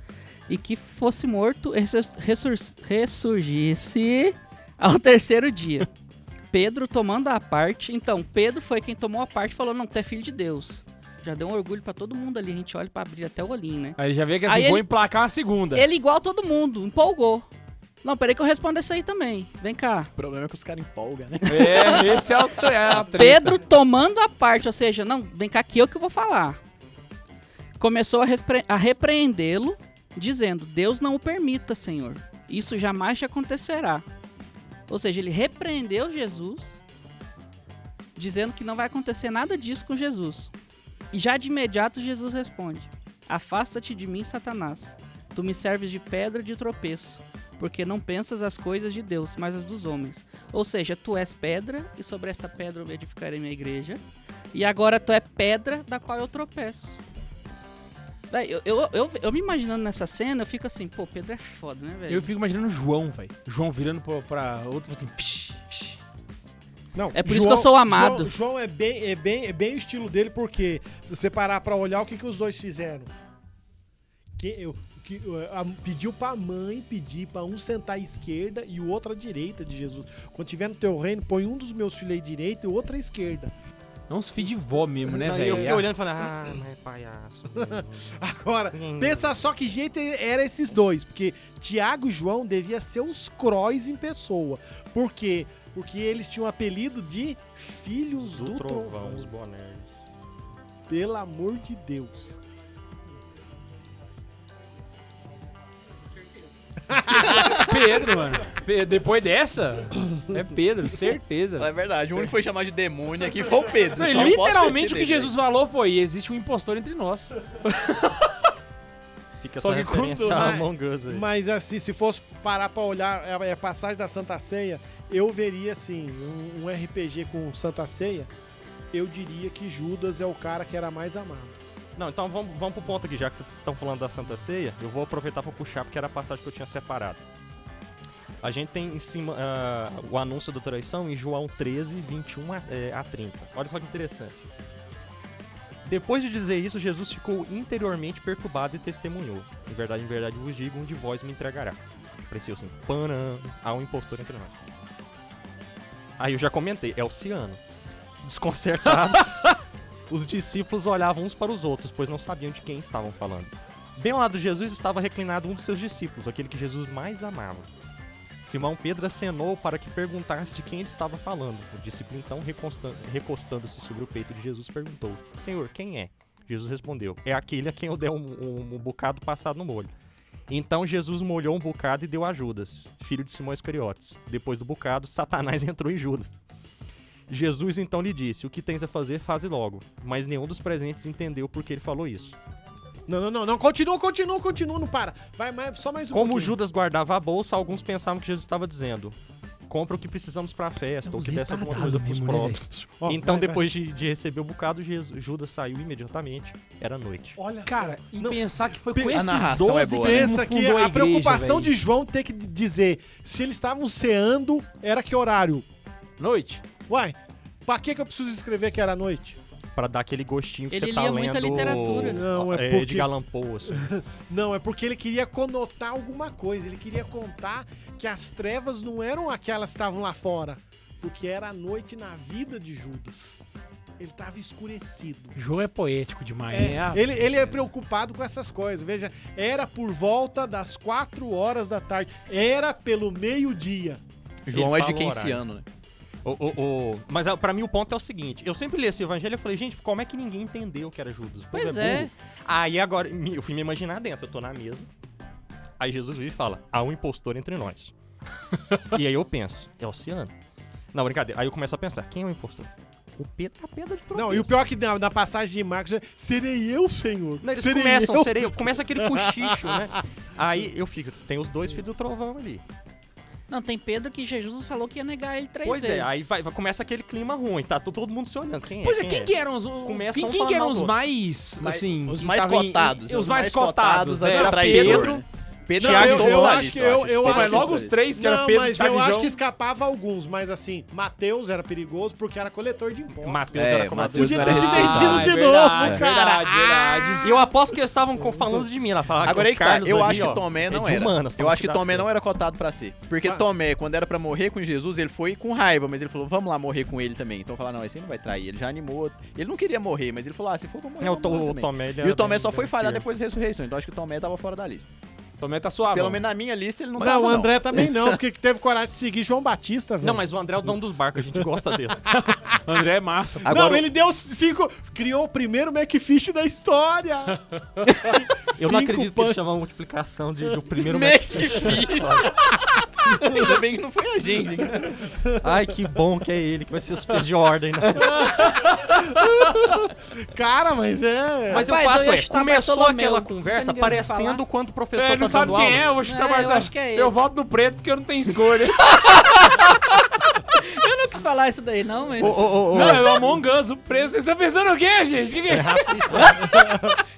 D: e que fosse morto e ressus- ressur- ressurgisse ao terceiro dia. Pedro tomando a parte, então Pedro foi quem tomou a parte e falou: Não, tu é filho de Deus. Já deu um orgulho pra todo mundo ali, a gente olha pra abrir até o olhinho, né?
A: Aí já vê que assim,
D: Aí
A: vou
D: ele-
A: emplacar uma segunda.
D: Ele é igual todo mundo, empolgou. Não, peraí que eu respondo essa aí também. Vem cá.
C: O problema é que os caras empolgam, né?
A: É, esse
D: [laughs]
A: é o tre- é a treta.
D: Pedro tomando a parte, ou seja, não, vem cá que eu que vou falar. Começou a, respre- a repreendê-lo, dizendo: Deus não o permita, Senhor. Isso jamais te acontecerá. Ou seja, ele repreendeu Jesus, dizendo que não vai acontecer nada disso com Jesus. E já de imediato Jesus responde: Afasta-te de mim, Satanás. Tu me serves de pedra de tropeço, porque não pensas as coisas de Deus, mas as dos homens. Ou seja, tu és pedra, e sobre esta pedra eu edificarei minha igreja. E agora tu é pedra da qual eu tropeço. Véi, eu, eu, eu, eu me imaginando nessa cena, eu fico assim, pô, Pedro é foda, né,
A: Eu
D: velho?
A: fico imaginando o João, velho. João virando pra, pra outro assim. Psh, psh.
E: Não,
D: É por isso que eu sou amado.
E: João, João é, bem, é, bem, é bem o estilo dele, porque se você parar pra olhar, o que, que os dois fizeram? Que, eu, que, eh, a- pediu pra mãe pedir pra um sentar à esquerda e o outro à direita de Jesus. Quando tiver no teu reino, põe um dos meus filhos à direita e o outro à esquerda.
A: É uns filhos de vó mesmo, né,
B: Não, e eu fiquei
A: velho?
B: olhando e falei, ah, mas é palhaço. mano."
E: Agora,
B: Hum.
E: pensa só que jeito era esses dois, porque Tiago e João devia ser os crois em pessoa. Por quê? Porque eles tinham o apelido de filhos do,
B: Do trovão, os
E: trovão.
B: bonés.
E: Pelo amor de Deus.
A: Pedro, mano. Pe- Depois dessa, é Pedro, certeza.
C: É verdade, o único que foi chamado de demônio aqui foi o Pedro.
A: Não,
C: só
A: e
C: pode ter
A: literalmente
C: sido
A: o que
C: ele,
A: Jesus falou foi: existe um impostor entre nós.
B: Fica que
A: Só
B: essa
A: que Ah, com
B: referência
A: dor.
B: a
E: Mas-
B: Among Us aí.
E: Mas assim, se fosse parar pra olhar a, a passagem da Santa Ceia, eu veria assim, um, um RPG com Santa Ceia, eu diria que Judas é o cara que era mais amado.
B: Não, então vamos, vamos pro ponto aqui, já que vocês estão falando da Santa Ceia, eu vou aproveitar pra puxar, porque era a passagem que eu tinha separado. A gente tem em cima ah, o anúncio da traição em João 13, 21 a, eh, a 30. Olha só que interessante. Depois de dizer isso, Jesus ficou interiormente perturbado e testemunhou. Em verdade, em verdade vos digo, um de vós me entregará. Apareceu assim, panam, há um impostor entre nós. Aí eu já comentei, é o Ciano. Desconcertados, os discípulos olhavam uns para os outros, pois não sabiam de quem estavam falando. Bem ao lado de Jesus estava reclinado um de seus discípulos, aquele que Jesus mais amava. Simão Pedro acenou para que perguntasse de quem ele estava falando. O discípulo, então, reconsta- recostando-se sobre o peito de Jesus, perguntou: Senhor, quem é? Jesus respondeu: É aquele a quem eu dei um, um- um bocado passado no molho. Então Jesus molhou um bocado e deu a Judas, filho de Simão Iscariotes. Depois do bocado, Satanás [laughs] entrou em Judas. Jesus então lhe disse: O que tens a fazer, faze logo. Mas nenhum dos presentes entendeu por que ele falou isso.
E: um Não, não, não, não, continua, continua, continua, não para. Vai mais, só mais um
B: Como
E: pouquinho.
B: Judas guardava a bolsa, alguns pensavam que Jesus estava dizendo: Compra o que precisamos para a festa, ou que desse alguma coisa pros
A: né,
B: próprios.
E: né, Ó, é,
B: então,
E: vai, vai.
B: depois de, de receber o bocado, Jesus- Judas saiu imediatamente. Era noite.
E: Olha só.
A: Cara, e
E: Não,
A: pensar que foi
E: pe-
A: com
E: a
A: esses
C: narração é
A: 12
C: boa,
A: que
C: né?
A: ele
E: Pensa que
A: fundou a
E: a
A: igreja,
E: preocupação
A: velho.
E: de João ter que d- dizer se eles estavam ceando era que horário.
A: Noite?
E: Uai, pra que, que eu preciso escrever que era noite?
B: Pra dar aquele gostinho que
D: Ele
B: você tá
D: lia
B: lendo.
D: muita literatura.
E: Não, é
B: é
E: porque-
B: De Galampo, assim.
E: Não, é porque ele queria conotar alguma coisa. Ele queria contar que as trevas não eram aquelas que estavam lá fora. Porque era a noite na vida de Judas. Ele estava escurecido.
A: João é poético demais,
E: É,
A: né? Ah,
E: ele, ele é preocupado com essas coisas. Veja, era por volta das 4 horas da tarde. Era pelo meio-dia.
C: João é de
B: fala o
C: Keynesiano, né?
B: O, o, o- Mas ah, pra mim o ponto é o seguinte: eu sempre li esse evangelho e falei, gente, como é que ninguém entendeu que era Judas? O povo
D: Pois é.
B: burro. Aí agora, me- eu fui me imaginar dentro, eu tô na mesa. Aí Jesus vive e fala: há um impostor entre nós. e aí eu penso: é o Ciano. Não, brincadeira. Aí eu começo a pensar: quem é o impostor? O Pedro a pedra de tropeço.
E: Não, e o pior é que na, na passagem de Marcos, serei eu, Senhor.
B: Não, eles
E: serei
B: começam,
E: eu.
B: serei eu. Começa aquele cochicho, né? Aí eu fico, tem os dois filhos do trovão ali.
D: Não, tem Pedro que Jesus falou que ia negar ele três
B: Pois
D: vezes.
B: é, aí vai, vai- começa aquele clima ruim, tá to- todo mundo se olhando. Quem é?
A: Pois é, quem que eram os, o-
B: Começa
A: quem,
B: um
A: quem que
B: falando
A: eram
B: mal do
A: os
B: outro.
A: mais,
C: Mas-
A: assim...
C: os
A: que
C: mais
A: estavam em-
C: cotados, né?
A: Os mais cotados, né? Era Pedro...
C: Pedro é
E: Não,
C: Thiago
E: eu-
C: entrou
E: eu
C: na
E: acho
C: lista,
E: que eu- eu
C: Pedro é
E: acho
A: Mas
E: que
C: entrou
A: logo os
C: aí.
A: três, que era
E: Não,
A: Pedro,
E: mas
A: Thiago
E: eu
A: e
E: acho
A: João.
E: que escapava alguns, mas assim, Mateus era perigoso porque era coletor de impostos.
B: Mateus
C: É,
B: era comadre.
C: Mateus
E: Podia
C: era
E: ter se
C: respeitado.
E: vendido de
A: Ah, é
E: novo,
A: verdade,
E: cara.
A: verdade, verdade.
B: E eu aposto que eles estavam co- falando de mim lá. Falaram
C: Agora aí
B: o
C: que tá,
B: Carlos
C: eu
B: ali,
C: acho que
B: ó,
C: Tomé
B: é
C: não
B: de
C: era.
B: humanas,
C: eu
B: toma
C: acho que
B: cuidado.
C: Tomé não era cotado pra ser. Porque
E: Ah.
C: Tomé, quando era pra morrer com Jesus, ele foi com raiva, mas ele falou, vamos lá morrer com ele também. Então falaram, não, esse aí não vai trair. Ele já animou. Ele não queria morrer, mas ele falou, ah, se for, eu vou morrer.
B: É, o,
C: eu
B: to-
C: vou morrer
B: o
C: também.
B: Tomé, ele
C: E
B: era
C: o Tomé
B: bem-
C: só foi
B: bem
C: falhar
B: firme.
C: depois da ressurreição, então acho que o Tomé tava fora da lista.
A: Tomé tá suave.
C: Pelo menos na minha lista ele não tava.
E: Não, é o André também não, porque teve coragem de seguir João Batista, velho.
B: Não, mas o André é o dono dos barcos, a gente gosta dele.
A: André é massa. pô.
C: Agora,
E: não, ele deu cinco. Criou o primeiro McFish da história.
B: Eu não
E: Cinco
B: acredito que ele
E: punch.
B: chama a multiplicação de, do primeiro
C: Ainda bem que não foi a gente.
B: Ai, que bom que é ele, que vai ser super de ordem, né?
E: Cara, mas é.
B: Mas
D: Rapaz,
B: o fato
D: eu ia
B: é,
D: chutar
B: começou
D: Bartolomeu,
B: aquela
D: não
C: Tá
B: conversa
D: tem ninguém pra
B: parecendo quando o professor
A: É,
B: tá
A: ele não
B: dando
A: sabe quem
B: aula.
A: é, eu vou chutar
D: É, eu
A: Bartolomeu.
D: acho que é ele.
A: Eu voto no preto porque eu não tenho escolha.
D: Eu não quis falar isso daí, não, mas.
B: Ô, ô, ô, ô.
A: Não, é o Among Us, o preto. Vocês estão pensando o quê, gente? O que, que
B: [laughs]
A: é?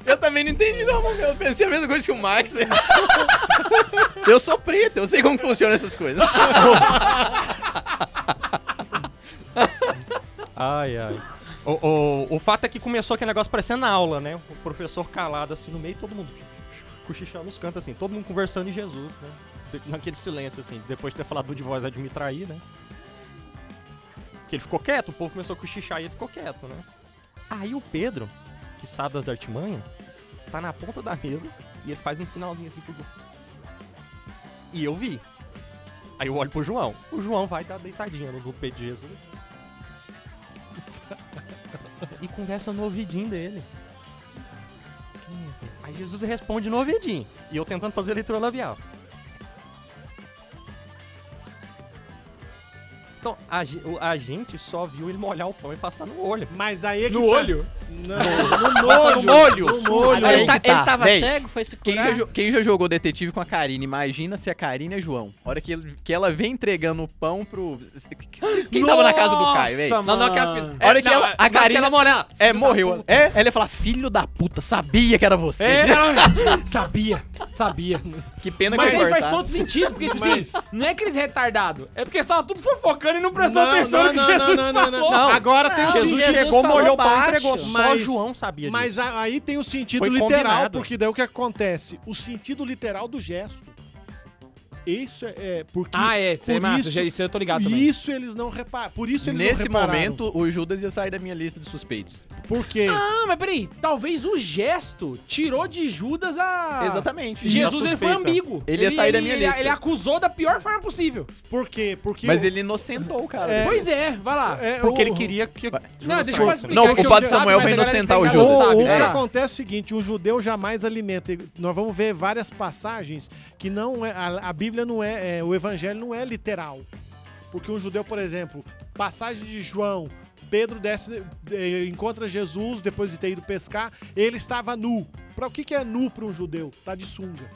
C: Eu também não entendi, não, mano. Eu pensei a mesma coisa que o Max. [laughs] eu sou preto, eu sei como que funcionam essas coisas.
B: Ai, ai. O, o, o fato é que começou aquele negócio parecendo aula, né? O professor calado assim no meio, todo mundo cochichando nos cantos, assim, todo mundo conversando em Jesus, né? De- naquele silêncio, assim, depois de ter falado de voz é de me trair, né? Que ele ficou quieto, o povo começou a cochichar e ele ficou quieto, né? Aí o Pedro, que sabe das artimanhas, tá na ponta da mesa e ele faz um sinalzinho assim pro grupo. E eu vi. Aí eu olho pro João. O João vai dar deitadinha no peito de Jesus e conversa no ouvidinho dele. Quem é esse? Aí Jesus responde no ouvidinho. E eu tentando fazer labial. Então, a, ge- o- a gente só viu ele molhar o pão e passar no olho.
E: Mas aí é que
A: No
E: tá.
A: olho?
E: Não,
C: Passa no
E: no molho.
C: molho.
E: No molho. é
D: Agora ele, tá-
C: Aí que tá,
D: ele tava
C: véi.
D: cego, foi se
C: Quem
D: curar.
C: já, jo- quem já jogou detetive com a Karine, imagina se a Karine é João. A hora que, ele- que ela vem entregando o pão pro. Quem tava na casa do Caio, velho?
A: Nossa,
B: Não, não, que
A: mano.
B: a,
C: A hora que ela- a Karina-
B: ela morreu.
C: É, morreu. É, ela ia falar, filho da puta, sabia que era você.
A: É, [laughs] sabia, sabia.
C: Que pena
A: Mas
C: que
A: aí faz
C: cortaram.
A: todo sentido, porque tipo
E: Mas-
A: assim, não é que eles retardados, é porque eles estavam tudo fofocando e não prestou
E: Não,
A: atenção
E: não,
A: no que
E: não,
A: Jesus
E: não, não, não,
A: falou.
E: não.
B: Não.
E: Agora tem o
D: Jesus
E: sentido.
B: Jesus chegou,
D: falou
B: molhou o pau,
D: baixo.
B: entregou. Só
E: Mas-
B: João sabia disso.
E: Mas a- aí tem o sentido
B: Foi
E: literal,
B: combinado.
E: porque daí o que acontece? O sentido literal do gesto. Isso é. é porque
A: Ah, é, isso é
E: Por
A: massa,
E: isso-
A: já- isso eu tô ligado também.
E: isso eles não reparam. Por isso eles
C: Nesse
E: não repararam.
C: momento, o Judas ia sair da minha lista de suspeitos.
E: Por quê?
A: Ah, mas peraí, talvez o gesto tirou de Judas
C: Ah.
A: a...
C: Exatamente.
A: Jesus ele foi
B: suspeita.
A: ambíguo.
C: Ele ia sair da minha
A: ele,
C: lista.
A: Ele acusou da pior forma possível.
E: Por quê? Porque.
C: Mas
E: o-
C: ele inocentou o cara.
E: É.
C: depois.
A: Pois é, vai lá.
E: é,
B: Porque
E: o-
B: ele queria que.
C: Vai.
A: Não, deixa eu
B: João
A: explicar.
B: sabia.
C: Não,
A: que
C: o
A: eu
C: padre
A: sabe,
C: Samuel
A: mas
C: vai
A: a galera que tá
C: inocentar o
A: em casa
E: O,
C: Judas.
A: não
E: o
A: sabe,
E: que
A: né?
E: acontece é o seguinte, o judeu jamais alimenta. E Nós vamos ver várias passagens que não é. A, a Bíblia não é, é, O evangelho não é literal. Porque um judeu, por exemplo, passagem de João, Pedro desce, eh, encontra Jesus depois de ter ido pescar, ele estava nu. Para o que, que é nu para um judeu? Tá de sunga.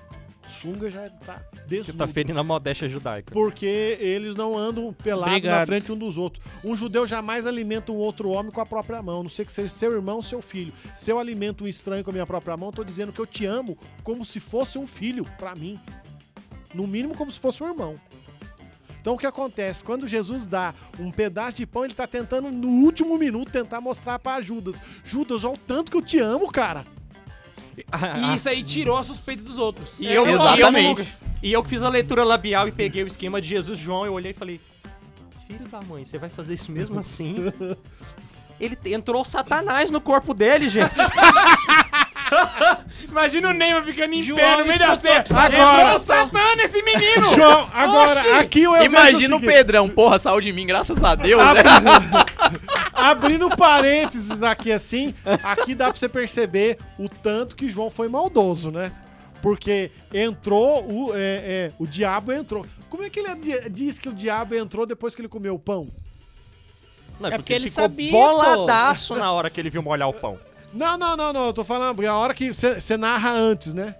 E: Sunga já tá
B: Você
E: desnudo.
B: tá ferindo a modéstia judaica.
E: Porque eles não andam pelados na
D: Obrigado.
E: frente um dos outros. Um judeu jamais alimenta um outro homem com a própria mão, a não sei que seja seu irmão ou seu filho. Se eu alimento um estranho com a minha própria mão, eu tô dizendo que eu te amo como se fosse um filho pra mim. No mínimo como se fosse um irmão. Então o que acontece? Quando Jesus dá um pedaço de pão, ele tá tentando no último minuto tentar mostrar pra Judas. Judas, olha o tanto que eu te amo, cara.
A: E isso aí tirou a suspeita dos outros.
B: E eu,
C: Exatamente.
B: E eu, e eu que fiz a leitura labial e peguei o esquema de Jesus João, eu olhei e falei: Filho da mãe, você vai fazer isso mesmo
C: [laughs]
B: assim? Ele te- entrou Satanás no corpo dele, gente.
C: É
A: Imagina o Neymar ficando em
D: João
A: pé no meio da
D: escutou
A: ceia.
E: tudo. Agora.
A: Entrou o Satã nesse
D: [laughs]
A: menino!
E: João, agora,
A: Oxi!
E: aqui eu
C: Imagina o
E: Pedro.
C: Pedrão, porra, saiu de mim, graças a Deus.
E: Ah,
C: né?
E: Abrindo [laughs] parênteses aqui assim, aqui dá pra você perceber o tanto que João foi maldoso, né? Porque entrou, o, é, é, o diabo entrou. Como é que ele adi- diz que o diabo entrou depois que ele comeu o pão?
B: Não,
D: É porque ele
B: ficou
D: sabia, pô.
B: boladaço na hora que ele viu molhar o pão.
E: Não, não, não, não, eu tô falando, porque a hora que você você narra antes, né?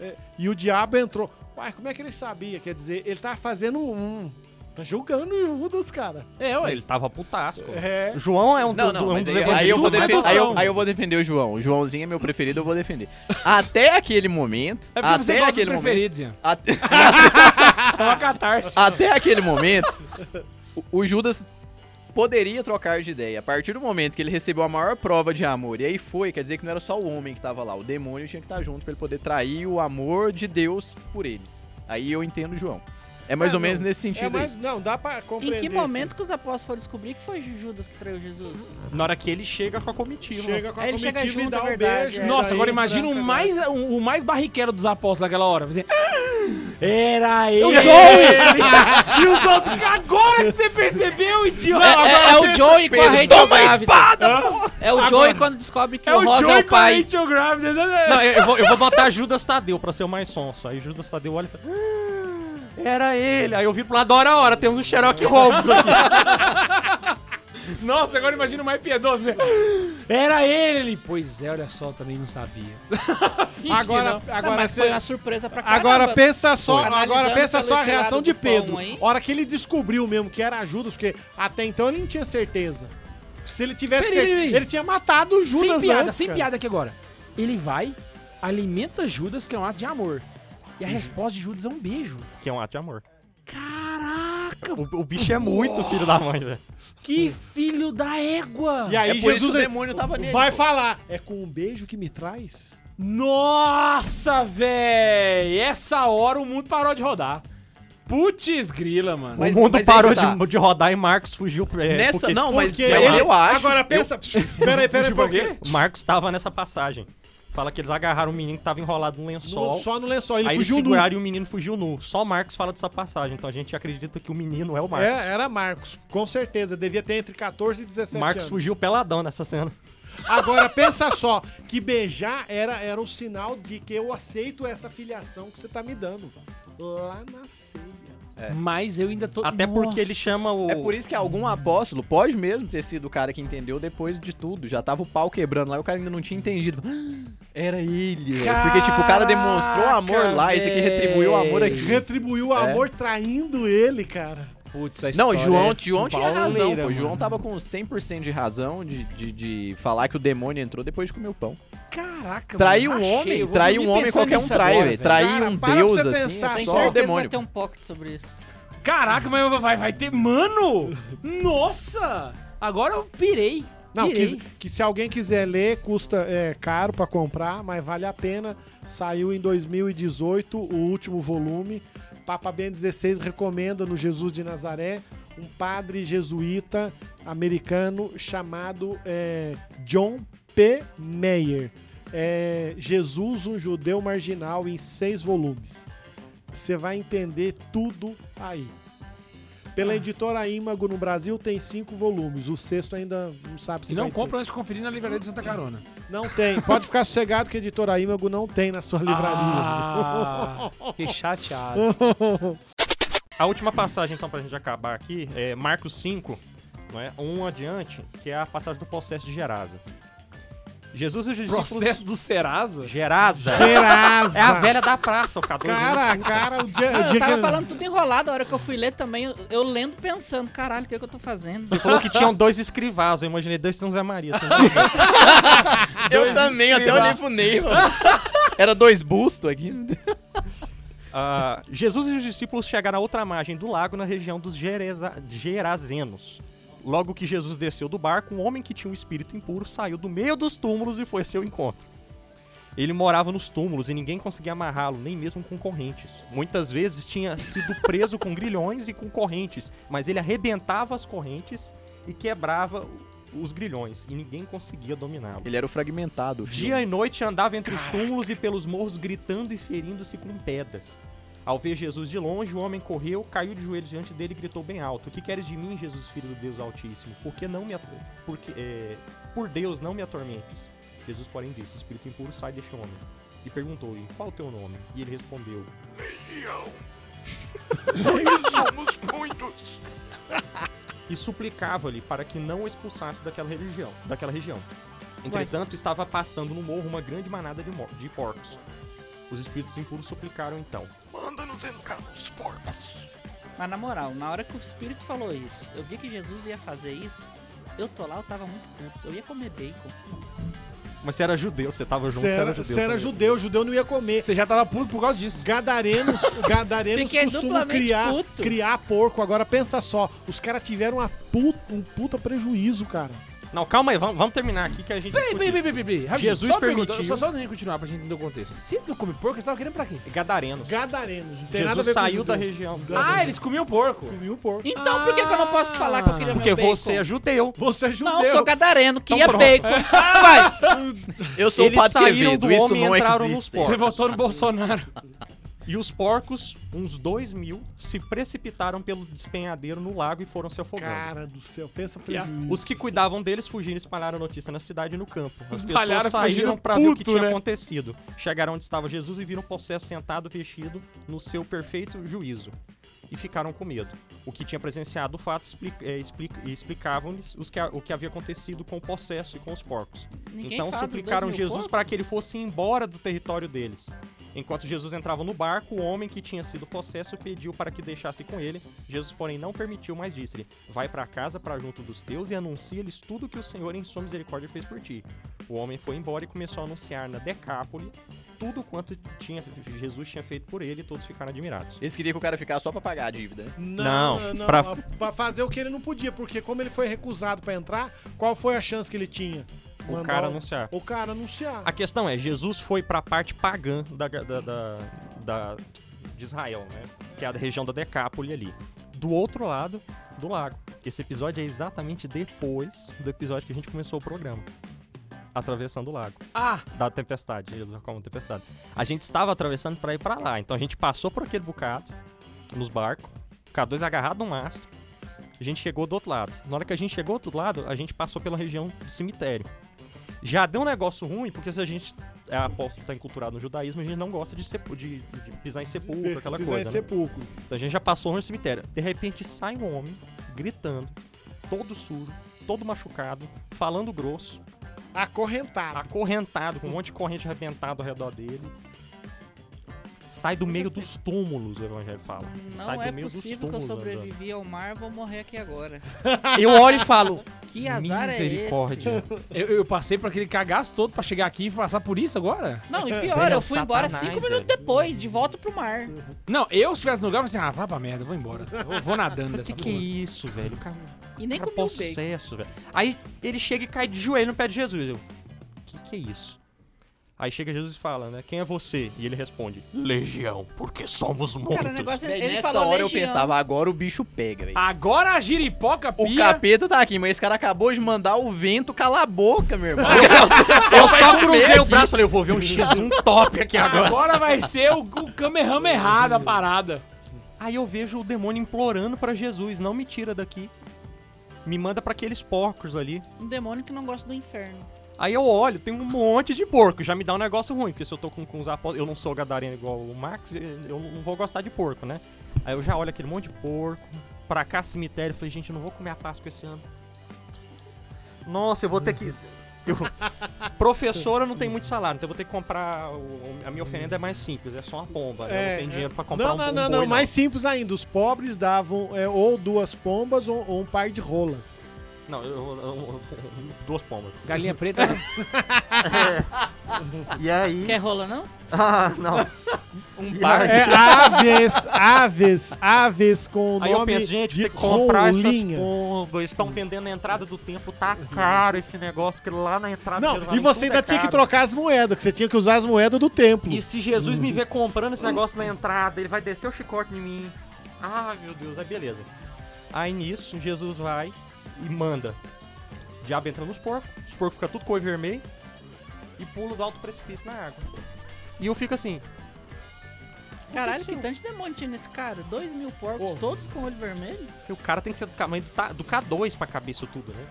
E: É, e o diabo entrou. Uai, como é que ele sabia? Quer dizer, ele tá fazendo um. um tá julgando um dos caras.
A: É, ué.
B: Ele tava putasco.
E: É.
B: João é um,
C: Não,
B: do-
C: não,
B: um
C: mas
B: dos
C: aí, aí eu vou
B: evangelistas
C: defen-
B: mais
C: aí eu-
B: doção.
C: aí eu vou defender o João. O Joãozinho é meu preferido, eu vou defender. Até aquele momento.
A: É porque você
C: até
A: gosta
C: aquele
A: dos
C: momento.
A: preferidos, Ian.
C: Até,
A: É uma catarse.
C: até aquele momento, o- o Judas poderia trocar de ideia. A partir do momento que ele recebeu a maior prova de amor, e aí foi, quer dizer que não era só o homem que tava lá, o demônio tinha que estar junto pra ele poder trair o amor de Deus por ele. Aí eu entendo o João. É mais
E: É,
C: ou menos
E: não.
C: nesse sentido
E: É, mas
C: aí.
E: não, dá pra
D: Em
E: compreender.
D: que
E: sim.
D: momento que os apóstolos foram descobrir que foi Judas que traiu Jesus?
B: Na hora que ele chega com a comitiva.
E: Chega com a
D: Aí ele chega
E: comitiva e
D: junto,
E: dá
D: é
E: um
D: verdade,
E: beijo.
D: é.
E: e
A: Nossa,
E: daí
A: agora imagina
E: entra-
A: o mais, o, o mais barriqueiro dos apóstolos naquela hora. Você...
D: É
A: Era ele! [laughs]
D: Joey!
A: e os outros, agora que você percebeu,
D: É,
A: idiota!
D: é- é o Joey com a
C: Pedro,
D: Rachel
C: toma a
D: grávida. É o Joey quando descobre que
A: É
D: o
A: o
D: Rosa é
A: Joey né?
D: o pai.
A: com a Rachel grávida.
B: Não, eu, eu vou, eu vou botar Judas Tadeu pra ser o mais sonso. Aí Judas Tadeu olha e fala. "Ah, Era ele. Aí eu vi pro lado, hora a hora, temos um Xerox Holmes aqui.
A: Nossa, agora imagina o mais piedoso. Você... Era ele, ele. Pois é, olha só, também não sabia. [laughs] Finge que
E: Agora,
A: não.
E: agora
D: mas
E: você-
D: foi uma surpresa pra caramba.
E: Agora pensa só,
D: Foi.
E: agora
D: Analisando
E: pensa
D: pelo
E: só a
D: esse lado
E: reação
D: do
E: de
D: pão
E: Pedro.
D: aí.
E: Hora que ele descobriu mesmo que era Judas, porque até então ele não tinha certeza. Se ele tivesse
A: Peraí,
E: certeza,
A: peraí.
E: ele tinha matado o Judas
A: sem piada,
E: antes,
A: sem
E: cara.
A: piada aqui agora. Ele vai, alimenta Judas, que é um ato de amor. E
C: Uhum.
A: a resposta de Judas é um beijo.
B: Que é um ato de amor.
A: Caraca,
B: O, o bicho é muito filho da mãe, velho.
A: que filho da égua!
E: E aí
C: É por isso
E: Jesus
C: que o demônio tava nele.
E: vai
C: pô.
E: falar, é com um beijo que me traz?
A: Nossa, véi! Essa hora o mundo parou de rodar. Putz grila, mano.
C: Mas-
B: o mundo
C: mas aí
B: parou
C: que tá.
B: de, de rodar e Marcos fugiu. É,
C: Nessa,
B: porque
C: não, mas,
E: Porque
C: mas
E: ele-
C: eu acho.
E: Agora pensa, peraí, peraí,
A: Tipo,
E: porque
A: quê?
B: Marcos tava nessa passagem. Fala que eles agarraram um menino que tava enrolado num lençol.
E: no, só no lençol, ele
B: aí eles
E: fugiu nu.
B: seguraram e o menino fugiu nu. Só o Marcos fala dessa passagem. Então a gente acredita que o menino é o Marcos.
E: É, era Marcos, com certeza, devia ter entre 14 e 17
B: Marcos
E: anos.
B: fugiu peladão nessa cena.
E: Agora pensa só, que beijar era, era o sinal de que eu aceito essa filiação que você tá me dando. Lá na ceia.
C: É.
A: Mas eu ainda tô.
B: Até porque
A: Nossa.
B: ele chama o.
C: É por isso que algum apóstolo pode mesmo ter sido o cara que entendeu depois de tudo. Já tava o pau quebrando lá e o cara ainda não tinha entendido. [gasps] Ah, Era ele. velho. Porque, tipo, o cara demonstrou amor lá, esse aqui retribuiu o amor aqui.
E: Retribuiu o
C: É.
E: amor traindo ele, cara.
A: Putz, a
C: Não,
A: história
C: João,
A: é
C: João tinha razão,
A: pauleira,
C: pô.
A: mano.
C: João tava com 100% de razão de, de, de falar que o demônio entrou depois de comer o pão.
A: Caraca,
C: Trair um
A: machei, eu
C: homem,
A: vou
C: trair um
A: dormir
C: homem
A: pensando
C: qualquer um
A: nisso
C: trai,
A: agora,
C: velho. Trair
E: Cara,
C: um
E: para pra
C: deus,
E: você
C: assim,
E: pensar,
C: é
E: tem
C: só o
D: vai
C: demônio.
D: ter um pocket sobre isso.
A: Caraca, mas vai, vai ter. Mano! Nossa! Agora eu pirei.
E: Não,
A: pirei.
E: que, que se alguém quiser ler, custa é, caro pra comprar, mas vale a pena. Saiu em 2018 o último volume. Papa Ben XVI recomenda no Jesus de Nazaré um padre jesuíta americano chamado é, John P. Meyer. É, Jesus, um judeu marginal, em seis volumes. Você vai entender tudo aí. Pela editora Imago no Brasil tem cinco volumes. O sexto ainda não sabe se
A: Se não
E: vai ter.
A: compra antes de conferir na livraria de Santa Carona.
E: Não tem. Pode ficar sossegado que a editora Imago não tem na sua livraria.
A: Ah, que chateado.
B: A última passagem, então, pra gente acabar aqui, é Marcos 5, não é? um adiante, que é a passagem do processo de Gerasa. Jesus e os discípulos...
A: Processo do Serasa?
B: Gerasa.
E: Gerasa.
B: É a velha da praça, o né? K2.
E: Cara, cara, o dia,
D: Ah,
E: o
D: eu
E: dia
D: tava
E: que-
D: falando tudo enrolado, a hora que eu fui ler também, eu, eu lendo pensando, caralho, o que, é que eu tô fazendo?
B: Você falou que tinham dois escrivás, eu imaginei dois São Zé Maria. assim, né? São Zé
C: Eu também, até
A: escriba.
C: olhei pro Ney,
E: [laughs]
C: mano. Era dois bustos aqui.
B: Ah, Jesus e os discípulos chegaram à outra margem do lago, na região dos Gereza, Gerazenos. Logo que Jesus desceu do barco, um homem que tinha um espírito impuro saiu do meio dos túmulos e foi a seu encontro. Ele morava nos túmulos e ninguém conseguia amarrá-lo, nem mesmo com correntes. Muitas vezes tinha sido preso com grilhões e com correntes, mas ele arrebentava as correntes e quebrava os grilhões, e ninguém conseguia dominá-lo.
C: Ele era o fragmentado. o filme.
B: Dia e noite andava entre os túmulos e pelos morros, gritando e ferindo-se com pedras. Ao ver Jesus de longe, o homem correu, caiu de joelhos diante dele e gritou bem alto: "O que queres de mim, Jesus, filho do Deus Altíssimo? Por que não me ator- porque é, por Deus não me atormentes?" Jesus, porém, disse: "O espírito impuro sai deste homem." E perguntou-lhe: "Qual o teu nome?" E ele respondeu: [laughs] e suplicava-lhe para que não o expulsasse daquela religião, daquela região. Entretanto, estava pastando no morro uma grande manada de, mo- de porcos. Os espíritos impuros suplicaram então.
D: Mas na moral, na hora que o espírito falou isso, eu vi que Jesus ia fazer isso, eu tô lá, eu tava muito puto, eu ia comer bacon.
B: Mas você era judeu, você tava junto,
E: Você era, você era judeu, judeu não ia comer.
A: Você já tava puto por causa disso.
E: Gadarenos, gadarenos
D: Fiquei
E: costumam
D: duplamente
E: criar,
D: puto.
E: criar porco. Agora pensa só, os caras tiveram uma puta- um puta prejuízo, cara.
B: Não, calma aí, vamos, vamos terminar aqui que a gente.
A: Peraí,
B: discute.
A: peraí, peraí, peraí, peraí. rapidinho,
B: Jesus
A: só uma pergunta, Só,
B: permitiu.
A: só a gente continuar pra gente entender o contexto. Se não come porco, eles estavam querendo pra quê?
B: Gadarenos.
E: Gadarenos, não tem nada a
B: Jesus
E: ver com
B: saiu
E: judeu.
B: da região.
A: Ah, eles comiam porco.
E: Comiu porco.
D: Então por que, que eu não posso falar que eu queria
B: Porque
D: meu bacon?
B: você é judeu.
E: Você é judeu.
D: Não, eu sou gadareno, queria
B: pronto. Então
D: bacon.
B: [laughs]
D: Vai!
C: Eu sou
B: Eles
C: o Padre
B: saíram
C: Quevedo,
B: do
C: isso
B: homem e
C: não
B: entraram nos
C: existe.
B: porcos.
A: Você votou no Bolsonaro.
B: E os porcos, uns dois mil, se precipitaram pelo despenhadeiro no lago e foram se afogando.
E: Cara do céu, pensa prejuízo.
B: Os que cuidavam deles fugiram e espalharam a notícia na cidade e no campo. As
A: Espalharam,
B: pessoas saíram
A: fugiram
B: pra ver o que
A: puto,
B: tinha
A: né?
B: acontecido. Chegaram onde estava Jesus e viram o processo sentado, vestido, no seu perfeito juízo. E ficaram com medo. O que tinha presenciado o fato expli- eh, expli- explicavam-lhes os que a- o que havia acontecido com o processo e com os porcos.
D: Ninguém
B: então
D: fala dos dois
B: suplicaram
D: mil
B: Jesus
D: porcos?
B: para que ele fosse embora do território deles. Enquanto Jesus entrava no barco, o homem que tinha sido possesso pediu para que deixasse com ele. Jesus, porém, não permitiu, mas disse-lhe: Vai para casa, para junto dos teus, e anuncia-lhes tudo que o Senhor, em sua misericórdia, fez por ti. O homem foi embora e começou a anunciar na Decápole tudo quanto tinha, Jesus tinha feito por ele, e todos ficaram admirados.
C: Eles queriam que o cara ficasse só pra pagar a dívida. né?
E: Não,
B: Não,
E: não, não.
B: pra-
E: Pra... fazer o que ele não podia, porque como ele foi recusado pra entrar, qual foi a chance que ele tinha?
B: O
E: Mandar
B: cara anunciar.
E: O cara anunciar.
B: A questão é: Jesus foi para a parte pagã da, da- da- da- de Israel, né? Que é a região da Decápole ali. Do outro lado do lago. Esse episódio é exatamente depois do episódio que a gente começou o programa. Atravessando o lago.
A: Ah,
B: Da tempestade. Jesus calma, tempestade. A gente estava atravessando para ir para lá. Então a gente passou por aquele bocado, nos barcos. K2 agarrado no mastro. A gente chegou do outro lado. Na hora que a gente chegou do outro lado, a gente passou pela região do cemitério. Já deu um negócio ruim, porque se a gente é apóstolo tá enculturado no judaísmo, a gente não gosta de, sepu- de, de pisar em sepulcro, aquela
E: Pisar em
B: coisa. né?
E: sepulcro.
B: Então a gente já passou no cemitério. De repente sai um homem gritando, todo sujo, todo machucado, falando grosso,
E: Acorrentado.
B: acorrentado, com um monte de corrente arrebentada ao redor dele. Sai do meio dos túmulos, o evangelho fala. Sai
D: Não
B: do
D: é
B: meio dos
D: possível que eu
B: túmulos andando.
D: sobrevivi ao mar, vou morrer aqui agora.
B: Eu olho e falo,
D: [laughs] Que azar é esse?
B: misericórdia.
A: Eu, eu passei por aquele cagaço todo pra chegar aqui e passar por isso agora?
B: [laughs]
D: Não, e pior,
B: Velho, é
D: eu
B: o
D: fui embora
B: Satanás,
D: cinco minutos
B: velho.
D: depois, de volta pro mar.
A: Não, eu se estivesse no lugar, eu falei assim, ah, vai pra merda, eu vou embora. Eu Vou, vou [laughs] nadando dessa
B: que que é
A: porra.
B: isso, velho? O cara,
D: E nem
B: cara
D: comi um o bacon.
B: possesso, velho. Aí ele chega e cai de joelho no pé de Jesus. Eu, que que é isso? Aí chega Jesus e fala, né? Quem é você? E ele responde, Legião, porque somos muitos.
D: Cara, o negócio
C: Véi,
D: ele
C: nessa
D: falou
C: hora
D: legião.
C: eu pensava, agora o bicho pega, velho.
A: Agora a giripoca
C: O
A: pia...
C: capeta tá aqui, mas esse cara acabou de mandar o vento calar a boca, meu
B: [laughs]
C: irmão.
D: [laughs]
B: Eu
C: Vai
B: só
C: comer
B: cruzei o
C: aqui.
B: braço e falei, eu vou ver um X1 top aqui
A: Agora.
B: agora.
A: vai ser o, o Kamehameha errado a parada.
B: Aí eu vejo o demônio implorando pra Jesus, não me tira daqui. Me manda pra aqueles porcos ali.
D: Um demônio que não gosta do inferno.
B: Aí eu olho, tem um monte de porco, já me dá um negócio ruim, porque se eu tô com, com os apóstolos, eu não sou gadareno igual o Max, eu não vou gostar de porco, né? Aí eu já olho aquele monte de porco, pra cá cemitério, falei, gente, eu não vou comer a Páscoa esse ano. Nossa, eu vou ter
E: [laughs]
B: que... Eu... Professora não tem muito salário, então eu vou ter que comprar... o- A minha oferenda é mais simples, é só uma pomba, né? eu
E: É,
B: não tenho
E: é.
B: dinheiro pra comprar
E: Não,
B: um
E: não,
B: um boi,
E: não, não. Mais simples ainda. Os pobres davam é, ou duas pombas ou, ou um par de rolas.
B: Não, eu, eu- eu- duas pombas.
A: Galinha preta, né?
B: E aí...
D: Quer rola, não?
B: [laughs] Ah, não.
C: Um
B: E
C: par.
E: É aves, aves, aves com o
B: Aí
E: nome
B: eu penso, gente,
E: de
B: tem que comprar essas
E: rolinhas.
B: pombas. Estão vendendo na entrada do tempo, tá caro esse negócio, que lá na entrada...
E: Não,
B: Jerusalém
E: e você
B: tudo
E: ainda
B: é
E: tinha que
B: caro.
E: trocar as moedas, que você tinha que usar as moedas do templo.
B: E se Jesus
E: Uhum.
B: me ver comprando esse negócio na entrada, ele vai descer o chicote em mim. Ah, meu Deus, aí beleza. Aí nisso, Jesus vai e manda. O diabo entra nos porcos, os porcos ficam tudo cor vermelho e pula do alto precipício na água. E eu fico assim,
D: Caralho, que
B: Aconteceu.
D: tanto de demônio tinha nesse cara. Dois mil porcos,
E: Porra.
D: todos com olho vermelho.
B: o cara tem que ser do tamanho do, ta- do K2 pra caber isso tudo, né?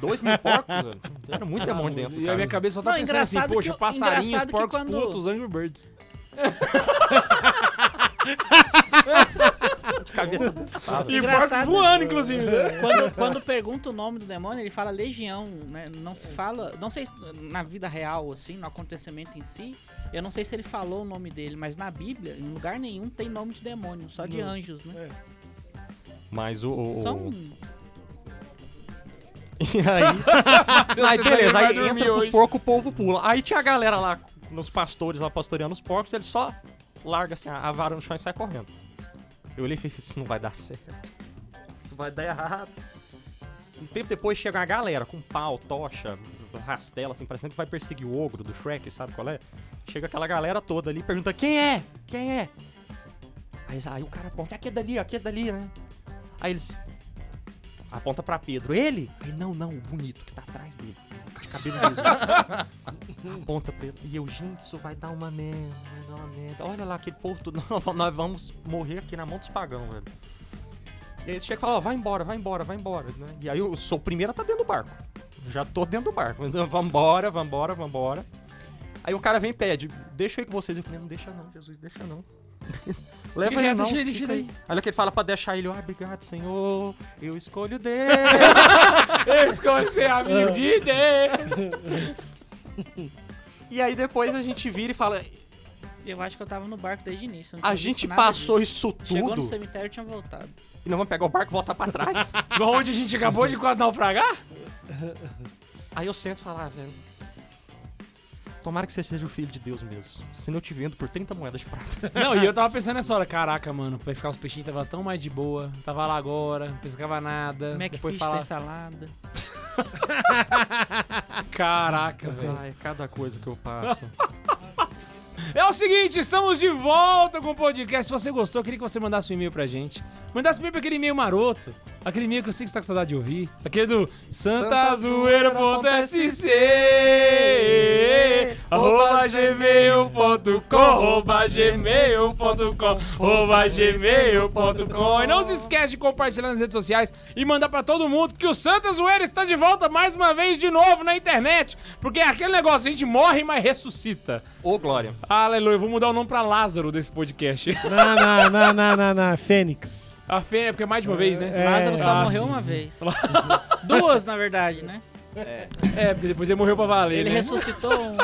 B: Dois mil porcos, [laughs] velho. Era muito demônio dentro. do
A: E a
B: cara.
A: minha cabeça só tá
D: Não,
A: pensando assim,
D: engraçado
A: poxa,
D: que-
A: passarinhos,
D: engraçado que
A: porcos
D: quando-
A: putos, Angry Birds.
B: cabeça dentada.
A: E porcos
D: Engraçado.
A: voando, inclusive.
D: [laughs]
A: né?
D: Quando, quando pergunta o nome do demônio, ele fala legião, né? Não se fala. Não sei se na vida real, assim, no acontecimento em si. Eu não sei se ele falou o nome dele, mas na Bíblia, em lugar nenhum, tem nome de demônio, só de anjos, né?
B: Mas o. o-
D: Só
B: o-
D: um.
B: [laughs] E aí. aí beleza,
A: vai
B: aí
A: dormir
B: entra pros
A: hoje. [laughs]
B: porcos, o povo pula. Aí tinha a galera lá, nos pastores lá pastoreando os porcos, ele só larga assim a a vara no chão e sai correndo. Eu olhei e falei: Isso não vai dar certo. Isso vai dar errado. Um tempo depois chega a galera com pau, tocha, rastela, assim, parecendo que vai perseguir o ogro do Shrek, sabe qual é? Chega aquela galera toda ali e pergunta: Quem é? Quem é? Aí, aí o cara aponta: é Aquele dali, aquele dali, né? Aí eles. Aponta pra Pedro. Ele? Aí, não, não, o bonito que tá atrás dele. Tá de cabelo mesmo. [laughs] Aponta pra ele. E eu, gente, isso vai dar uma merda, vai dar uma merda. Olha lá, aquele povo [laughs] todo. Nós nós vamos morrer aqui na mão dos pagãos, velho. E aí você chega e fala, ó, vai embora, vai embora, vai embora, né? E aí eu sou o primeiro a tá dentro do barco. Já tô dentro do barco. [laughs] Então, Vambora, vambora, vambora. Aí o cara vem e pede, deixa eu ir com vocês. Eu falei, não, deixa não, Jesus, deixa [laughs] não.
A: Fica
B: Leva ele tá
A: quieto,
B: não,
A: deixa ele,
B: fica
A: deixa ele
B: aí. Olha que ele fala pra deixar ele, ah, obrigado, senhor, eu escolho Deus. [laughs]
A: Eu escolho ser amigo de Deus.
B: e aí depois a gente vira e fala,
D: Eu acho que eu tava no barco desde o início. eu
B: a
D: não tinha visto
B: gente
D: nada
B: passou
D: disso.
B: isso
D: Chegou no
B: tudo
D: cemitério e tinha voltado.
B: e não vamos pegar o barco e voltar pra
D: [laughs]
B: trás.
A: Onde a gente acabou de quase naufragar?
B: Aí eu sento e falo, ah, velho. Tomara que você seja o filho de Deus mesmo. Senão eu te vendo por 30 moedas de
D: [laughs]
B: prata.
A: Não, e eu tava pensando nessa hora, caraca, mano, pescar os peixinhos tava tão mais de boa, tava lá agora, não pescava nada. É, depois
D: Macfish
A: fala,
D: sem salada.
A: caraca, velho.
D: é
B: Ai, cada coisa que eu passo.
A: É o seguinte, estamos de volta com o podcast. Se você gostou, eu queria que você mandasse um e-mail pra gente. Mandasse um e-mail pra aquele e-mail maroto. Aquele minha que eu sei que você tá com saudade de ouvir. Aquele do santazoeira.sc arroba gmail.com arroba gmail.com arroba gmail.com E não se esquece de compartilhar nas redes sociais e mandar pra todo mundo que o Santa Zoeira está de volta mais uma vez de novo na internet. Porque é aquele negócio, a gente morre, mas ressuscita.
B: Ô, Glória.
A: Aleluia, eu vou mudar o nome pra Lázaro desse podcast. [laughs]
E: Não, não, não, não, não, não. Fênix.
A: A Fênix, porque é mais de uma vez, né?
D: Lázaro só
A: Ah,
D: morreu
A: sim.
B: [laughs]
D: uma vez. Duas, na verdade, né?
A: É, porque depois ele morreu pra valer,
D: Ele
A: né?
D: ressuscitou um.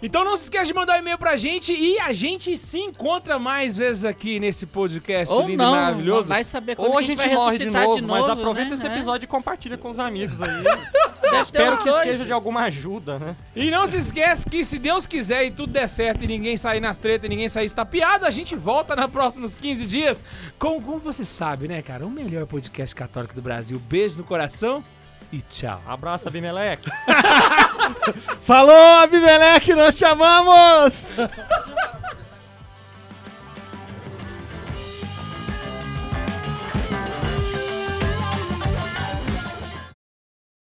A: Então não se esqueça de mandar um e-mail pra gente e a gente se encontra mais vezes aqui nesse podcast
D: Ou
A: lindo e
D: não,
A: maravilhoso.
D: vai saber quando
B: Ou
D: a gente vai
B: morre de
D: ressuscitar
B: novo,
D: de novo,
B: mas aproveita
D: né?
B: esse
D: É. Então,
B: episódio e compartilha com os amigos
D: [laughs]
B: aí.
D: Deve ter
B: Espero
D: uns
B: que
D: dois.
B: seja de alguma ajuda, né?
A: E não se esquece que se Deus quiser e tudo der certo e ninguém sair nas tretas e ninguém sair estapeado, a gente volta nos próximos 15 dias com, como você sabe, né, cara, o melhor podcast católico do Brasil. Beijo no coração e tchau.
B: Abraço, Abimeleque.
E: Falou, Abimeleque, nós te amamos!